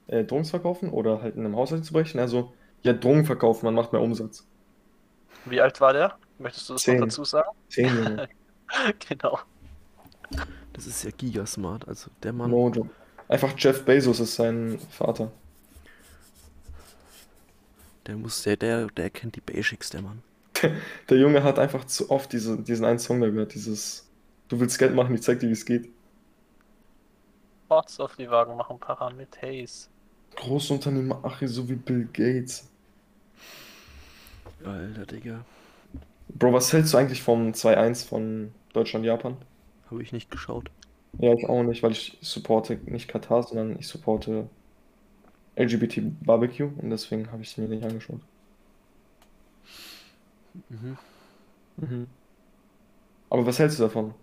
Speaker 1: äh, Drogen zu verkaufen oder halt in einem Haushalt zu brechen? Also, ja, Drogen verkaufen, man macht mehr Umsatz.
Speaker 4: Wie alt war der? Möchtest du das
Speaker 1: Zehn.
Speaker 4: noch dazu sagen?
Speaker 1: Zehn Junge.
Speaker 4: genau.
Speaker 2: Das ist ja gigasmart, also der Mann.
Speaker 1: no joke. Einfach Jeff Bezos ist sein Vater.
Speaker 2: Der muss, der, der, der kennt die Basics, der Mann.
Speaker 1: Der Junge hat einfach zu oft diese, diesen einen Song da gehört, dieses Du willst Geld machen, ich zeig dir, wie es geht.
Speaker 4: Ports auf die Wagen machen Paran mit Haze.
Speaker 1: Großunternehmer Achi, so wie Bill Gates.
Speaker 2: Alter, Digga.
Speaker 1: Bro, was hältst du eigentlich vom 2-1 von Deutschland-Japan?
Speaker 2: Habe ich nicht geschaut.
Speaker 1: Ja, ich auch nicht, weil ich supporte nicht Katar, sondern ich supporte LGBT Barbecue und deswegen habe ich sie mir nicht angeschaut.
Speaker 2: Mhm.
Speaker 1: Mhm. Aber was hältst du davon?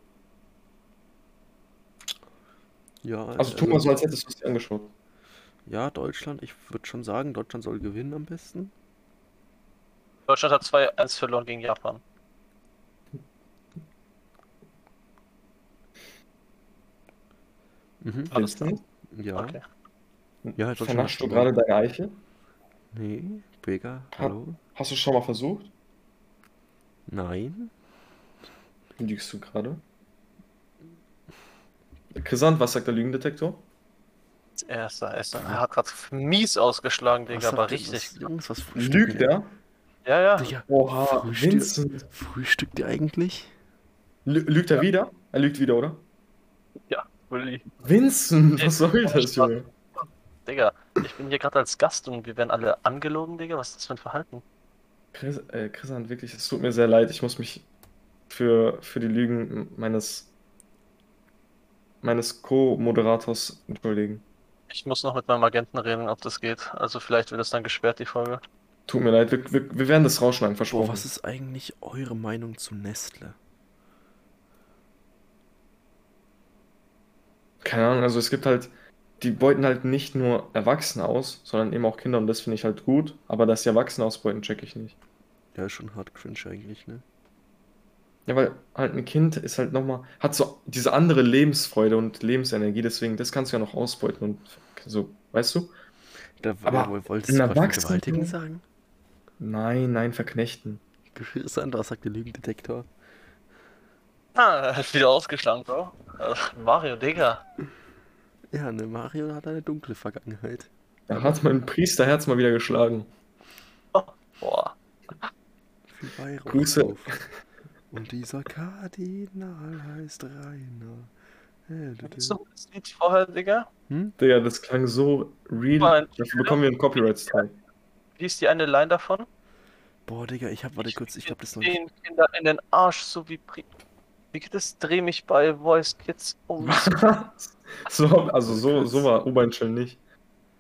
Speaker 2: Ja,
Speaker 1: Also tu mal so, als hättest du es dir angeschaut.
Speaker 2: Ja, Deutschland, ich würde schon sagen, Deutschland soll gewinnen am besten.
Speaker 4: Deutschland hat 2-1 verloren gegen Japan.
Speaker 2: Mhm.
Speaker 4: Alles klar.
Speaker 2: Ja.
Speaker 4: Okay.
Speaker 2: Ja, ich wollte schon
Speaker 1: Vernaschst du
Speaker 2: nachschauen.
Speaker 1: gerade deine Eiche?
Speaker 2: Nee, Vega, hallo?
Speaker 1: Hast du schon mal versucht?
Speaker 2: Nein?
Speaker 1: Lügst du gerade? Chrisant, was sagt der Lügendetektor?
Speaker 4: Er ist da, er ist da. Er hat gerade mies ausgeschlagen, Digga,
Speaker 2: Was
Speaker 4: aber
Speaker 2: habt ihr-
Speaker 4: richtig.
Speaker 2: Was, Jungs, was frühstückt
Speaker 1: Lügt
Speaker 2: ihr?
Speaker 1: er?
Speaker 4: Ja, ja.
Speaker 2: Digga,
Speaker 1: Oha,
Speaker 2: Frühstück.
Speaker 1: Vincent.
Speaker 2: frühstückt ihr eigentlich?
Speaker 1: Lü lügt er wieder? Er lügt wieder, oder?
Speaker 4: Willi.
Speaker 1: Vincent,
Speaker 2: Äh,
Speaker 4: Ey,
Speaker 1: was soll das,
Speaker 4: Spaß.
Speaker 1: Junge?
Speaker 4: Digga, ich bin hier gerade als Gast und wir werden alle angelogen, Digga. Was ist das für ein Verhalten?
Speaker 1: Chris, äh, Chrisant, wirklich, es tut mir sehr leid. Ich muss mich für, für die Lügen meines, meines Co-Moderators entschuldigen.
Speaker 4: Ich muss noch mit meinem Agenten reden, ob das geht. Also vielleicht wird das dann gesperrt, die Folge.
Speaker 1: Tut mir leid, wir, wir, wir werden das rausschneiden,
Speaker 2: Boah,
Speaker 1: versprochen.
Speaker 2: was ist eigentlich eure Meinung zu Nestle?
Speaker 1: Keine Ahnung, also es gibt halt, die beuten halt nicht nur Erwachsene aus, sondern eben auch Kinder und das finde ich halt gut, aber dass sie Erwachsene ausbeuten, check ich nicht.
Speaker 2: Ja, schon hart cringe eigentlich, ne?
Speaker 1: Ja, weil halt ein Kind ist halt nochmal, hat so diese andere Lebensfreude und Lebensenergie, deswegen, das kannst du ja noch ausbeuten und so, weißt du?
Speaker 2: Da
Speaker 1: Aber
Speaker 2: ja, wohl- wolltest du
Speaker 1: ein
Speaker 2: was von
Speaker 1: Erwachsener-
Speaker 2: Gewaltigen sagen?
Speaker 1: Nein, nein, verknechten.
Speaker 2: Sandra sagt der Lügendetektor.
Speaker 4: Ah, er hat wieder ausgeschlagen, Bro. Äh, Mario, Digga.
Speaker 2: Ja, ne, Mario hat eine dunkle Vergangenheit.
Speaker 1: Da hat mein Priesterherz mal wieder geschlagen.
Speaker 4: Boah.
Speaker 2: Viel Weihrauch
Speaker 1: Grüße.
Speaker 2: drauf. Und dieser Kardinal heißt Rainer. Äh, du, du.
Speaker 4: Kennst du das Lied vorher, Digga?
Speaker 1: Digga, das klang so real.
Speaker 4: Mann.
Speaker 1: Dafür bekommen wir einen Copyright-Strike.
Speaker 4: Wie ist die eine Line davon?
Speaker 2: Boah, Digga, ich hab, warte kurz, ich hab das noch nicht.
Speaker 4: Den Kinder in den Arsch, so wie. Pri wie geht es? Dreh mich bei Voice Kids um.
Speaker 1: So, also so, so war U-Bahn-Chill nicht.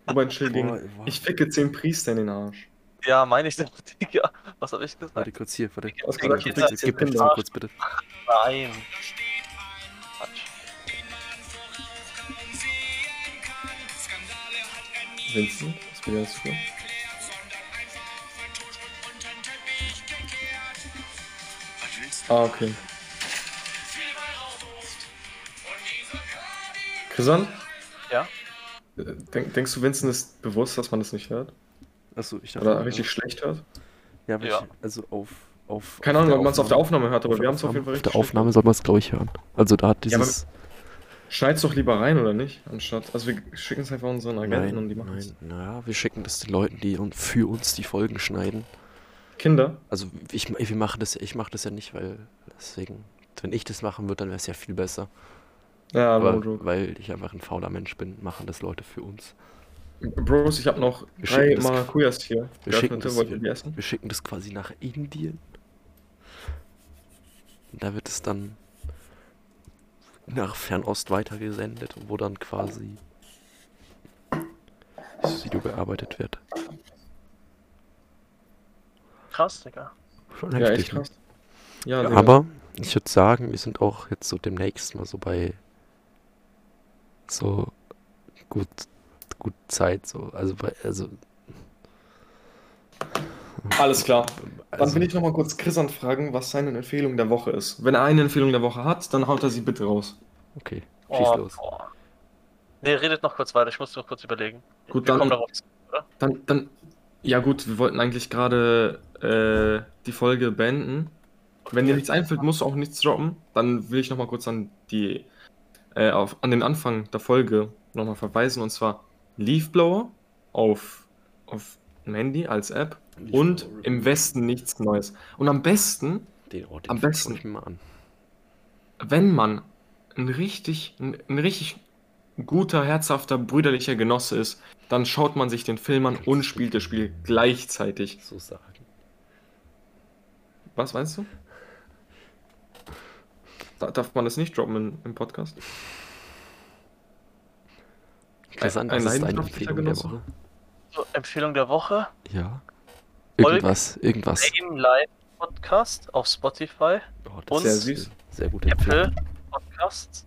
Speaker 1: U-Bahn-Chill
Speaker 2: Boah,
Speaker 1: ging,
Speaker 2: boah.
Speaker 1: ich ficke zehn Priester in den Arsch.
Speaker 4: ja, meine ich doch, Digga. Was habe ich gesagt?
Speaker 2: Warte kurz hier, warte.
Speaker 1: Was
Speaker 2: Warte,
Speaker 1: gesagt,
Speaker 2: kurz,
Speaker 1: jetzt
Speaker 2: gib mir
Speaker 1: jetzt
Speaker 2: das mal
Speaker 4: den
Speaker 2: kurz bitte.
Speaker 4: Nein. Quatsch.
Speaker 1: Vincent, was wieder das für? Ah, okay. Chrisan?
Speaker 4: Ja?
Speaker 1: Äh, Denk, denkst du, Vincent ist bewusst, dass man das nicht hört?
Speaker 2: Achso, ich dachte.
Speaker 1: Oder richtig schlecht hört?
Speaker 2: Ja, wenn
Speaker 4: Ja.
Speaker 2: ich, also auf. auf
Speaker 1: Keine Ahnung, ob man es auf der
Speaker 2: Aufnahme.
Speaker 1: Aufnahme hört, aber wir haben es auf jeden Fall
Speaker 2: Auf
Speaker 1: richtig
Speaker 2: der Aufnahme soll man es, glaube ich, hören. Also da hat
Speaker 1: Ja, aber-
Speaker 2: dieses.
Speaker 1: Schneid's doch lieber rein, oder nicht? Anstatt. Also wir schicken es einfach unseren Agenten und die machen es.
Speaker 2: nein. Naja, wir schicken das den Leuten, die und für uns die Folgen schneiden.
Speaker 1: Kinder?
Speaker 2: Also ich, ich, wir machen das, ich mache das ja nicht, weil deswegen, wenn ich das machen würde, dann wäre es ja viel besser.
Speaker 1: Ja, no
Speaker 2: Aber
Speaker 1: joke.
Speaker 2: weil ich einfach ein fauler Mensch bin, machen das Leute für uns.
Speaker 1: Bros, ich habe noch
Speaker 2: Wir
Speaker 1: drei
Speaker 2: schicken das-
Speaker 1: Maracujas hier.
Speaker 2: Wir schicken,
Speaker 1: Geöffnete,
Speaker 2: das,
Speaker 1: wollt ihr
Speaker 2: wir,
Speaker 1: die essen?
Speaker 2: wir schicken das quasi nach Indien. Und da wird es dann nach Fernost weitergesendet, wo dann quasi das Video bearbeitet wird.
Speaker 4: Krass, Digga.
Speaker 2: Schon
Speaker 1: Ja, echt krass. Ja,
Speaker 2: ne? Ja,
Speaker 1: Digga.
Speaker 2: aber ich würde sagen, wir sind auch jetzt so demnächst mal so bei so gut, gut Zeit, so. Also bei, also,
Speaker 1: Alles klar. Dann
Speaker 2: also
Speaker 1: will ich nochmal kurz Chris anfragen, was seine Empfehlung der Woche ist. Wenn er eine Empfehlung der Woche hat, dann haut er sie bitte raus.
Speaker 2: okay, schieß
Speaker 4: Oh,
Speaker 2: los.
Speaker 4: boah. Nee, redet noch kurz weiter. Ich muss noch kurz überlegen.
Speaker 1: Gut,
Speaker 4: Wir
Speaker 1: dann-
Speaker 4: kommen darauf zu-
Speaker 1: Dann, dann. Ja, gut, wir wollten eigentlich gerade äh, die Folge beenden. Wenn dir nichts einfällt, musst du auch nichts droppen. Dann will ich nochmal kurz an die äh, auf, an den Anfang der Folge nochmal verweisen. Und zwar Leafblower auf, auf dem Handy als App und im Westen nichts Neues. Und am besten,
Speaker 2: den, oh, den
Speaker 1: am
Speaker 2: schaue
Speaker 1: besten.
Speaker 2: Ich mir mal an.
Speaker 1: wenn man ein richtig, ein, ein richtig guter, herzhafter, brüderlicher Genosse ist, dann schaut man sich den Film an und spielt das Spiel gleichzeitig.
Speaker 2: So sagen.
Speaker 1: Was meinst du? Da, darf man das nicht droppen in, im Podcast?
Speaker 2: Chrisan,
Speaker 1: ein
Speaker 2: was ist deine
Speaker 1: leidenschaftlicher
Speaker 2: Empfehlung der
Speaker 1: Genosse?
Speaker 2: Woche?
Speaker 4: So, Empfehlung der Woche.
Speaker 2: Ja.
Speaker 4: Folge-
Speaker 2: Irgendwas, irgendwas.
Speaker 4: Name Live Podcast auf Spotify,
Speaker 2: Oh,
Speaker 4: und-
Speaker 1: Sehr süß.
Speaker 2: Sehr gute
Speaker 4: Apple
Speaker 2: Empfehlung.
Speaker 4: Podcasts.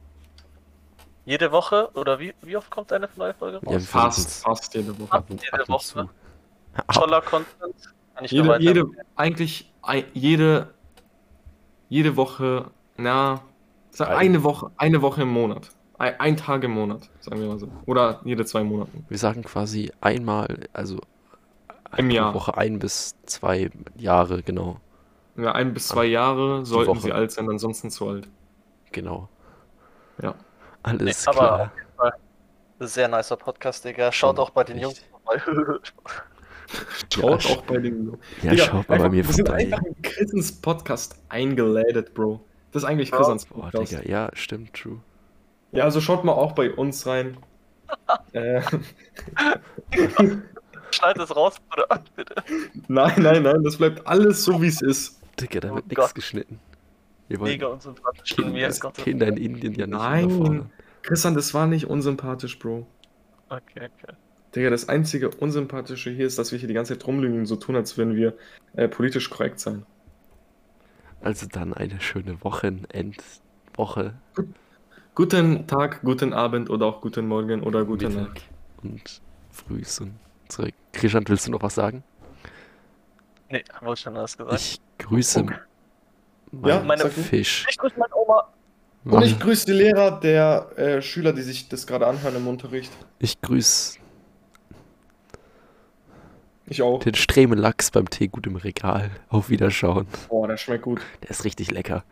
Speaker 4: Jede Woche oder wie, wie oft kommt eine neue Folge
Speaker 2: Ja, wir
Speaker 4: raus?
Speaker 2: versuchen's.
Speaker 1: Fast, fast jede Woche.
Speaker 2: Ab und,
Speaker 4: Jede
Speaker 2: ab und
Speaker 4: Woche.
Speaker 2: zu.
Speaker 4: Toller Content. Kann ich nur
Speaker 1: Jede,
Speaker 4: weiter.
Speaker 1: jede, eigentlich ei- jede, jede Woche, na, sag
Speaker 2: Ein-
Speaker 1: eine Woche, eine Woche im Monat. Ein, ein Tag im Monat, sagen wir mal so. Oder jede zwei Monate.
Speaker 2: Wir sagen quasi einmal, also
Speaker 1: Im
Speaker 2: pro
Speaker 1: Jahr.
Speaker 2: Woche ein bis zwei Jahre, genau.
Speaker 1: Ja, ein bis zwei Jahre sollten
Speaker 2: Woche.
Speaker 1: sie alt sein, ansonsten zu alt.
Speaker 2: Genau.
Speaker 1: Ja.
Speaker 2: Alles
Speaker 4: Nee, aber-
Speaker 2: klar.
Speaker 4: Sehr nicer Podcast, Digga. Schaut
Speaker 2: Ja,
Speaker 4: auch bei den Jungs
Speaker 2: echt.
Speaker 4: vorbei.
Speaker 1: Schaut
Speaker 2: sch-
Speaker 1: auch bei den.
Speaker 2: Ja,
Speaker 1: Digga,
Speaker 2: schau mal bei
Speaker 1: einfach-
Speaker 2: mir
Speaker 1: wir sind
Speaker 2: vorbei.
Speaker 1: einfach in Chrisens Podcast eingeleitet, Bro. Das ist eigentlich
Speaker 4: Ja.
Speaker 1: Chrisens
Speaker 2: Boah,
Speaker 1: Podcast.
Speaker 2: Digga, ja, stimmt, true.
Speaker 1: ja, also schaut mal auch bei uns rein. äh,
Speaker 4: Schneid es raus, Bruder. Bitte.
Speaker 1: nein, nein, nein, das bleibt alles so, wie es ist.
Speaker 2: Digga, da
Speaker 4: Oh
Speaker 2: wird nichts
Speaker 4: Gott.
Speaker 2: geschnitten. Wir wollen
Speaker 4: Mega unsympathisch gegen mir.
Speaker 2: das
Speaker 4: Gott sei
Speaker 2: Kinder in
Speaker 4: Dank.
Speaker 2: Indien ja nicht
Speaker 1: Nein.
Speaker 2: überfordern.
Speaker 1: Christian, das war nicht unsympathisch, Bro.
Speaker 4: Okay, okay.
Speaker 1: Digga, das einzige Unsympathische hier ist, dass wir hier die ganze Zeit rumlügen und so tun, als würden wir äh, politisch korrekt sein.
Speaker 2: Also dann eine schöne Wochenendwoche,
Speaker 1: Guten Tag, guten Abend oder auch guten Morgen oder gute
Speaker 2: Mittag
Speaker 1: Nacht.
Speaker 2: und früh und zurück. Krishan, willst du noch was sagen?
Speaker 4: Nee, haben wir schon alles gesagt.
Speaker 2: Ich grüße
Speaker 1: Okay. Ja,
Speaker 2: meinen
Speaker 4: meine-
Speaker 2: Fisch.
Speaker 4: Ich grüße meine Oma.
Speaker 1: Und ich
Speaker 2: Mann,
Speaker 1: grüße die Lehrer der äh, Schüler, die sich das gerade anhören im Unterricht.
Speaker 2: ich grüße
Speaker 1: Ich auch.
Speaker 2: den Stremelachs beim Teegut im Regal. Auf Wiederschauen.
Speaker 1: Boah, der schmeckt gut.
Speaker 2: Der ist richtig lecker.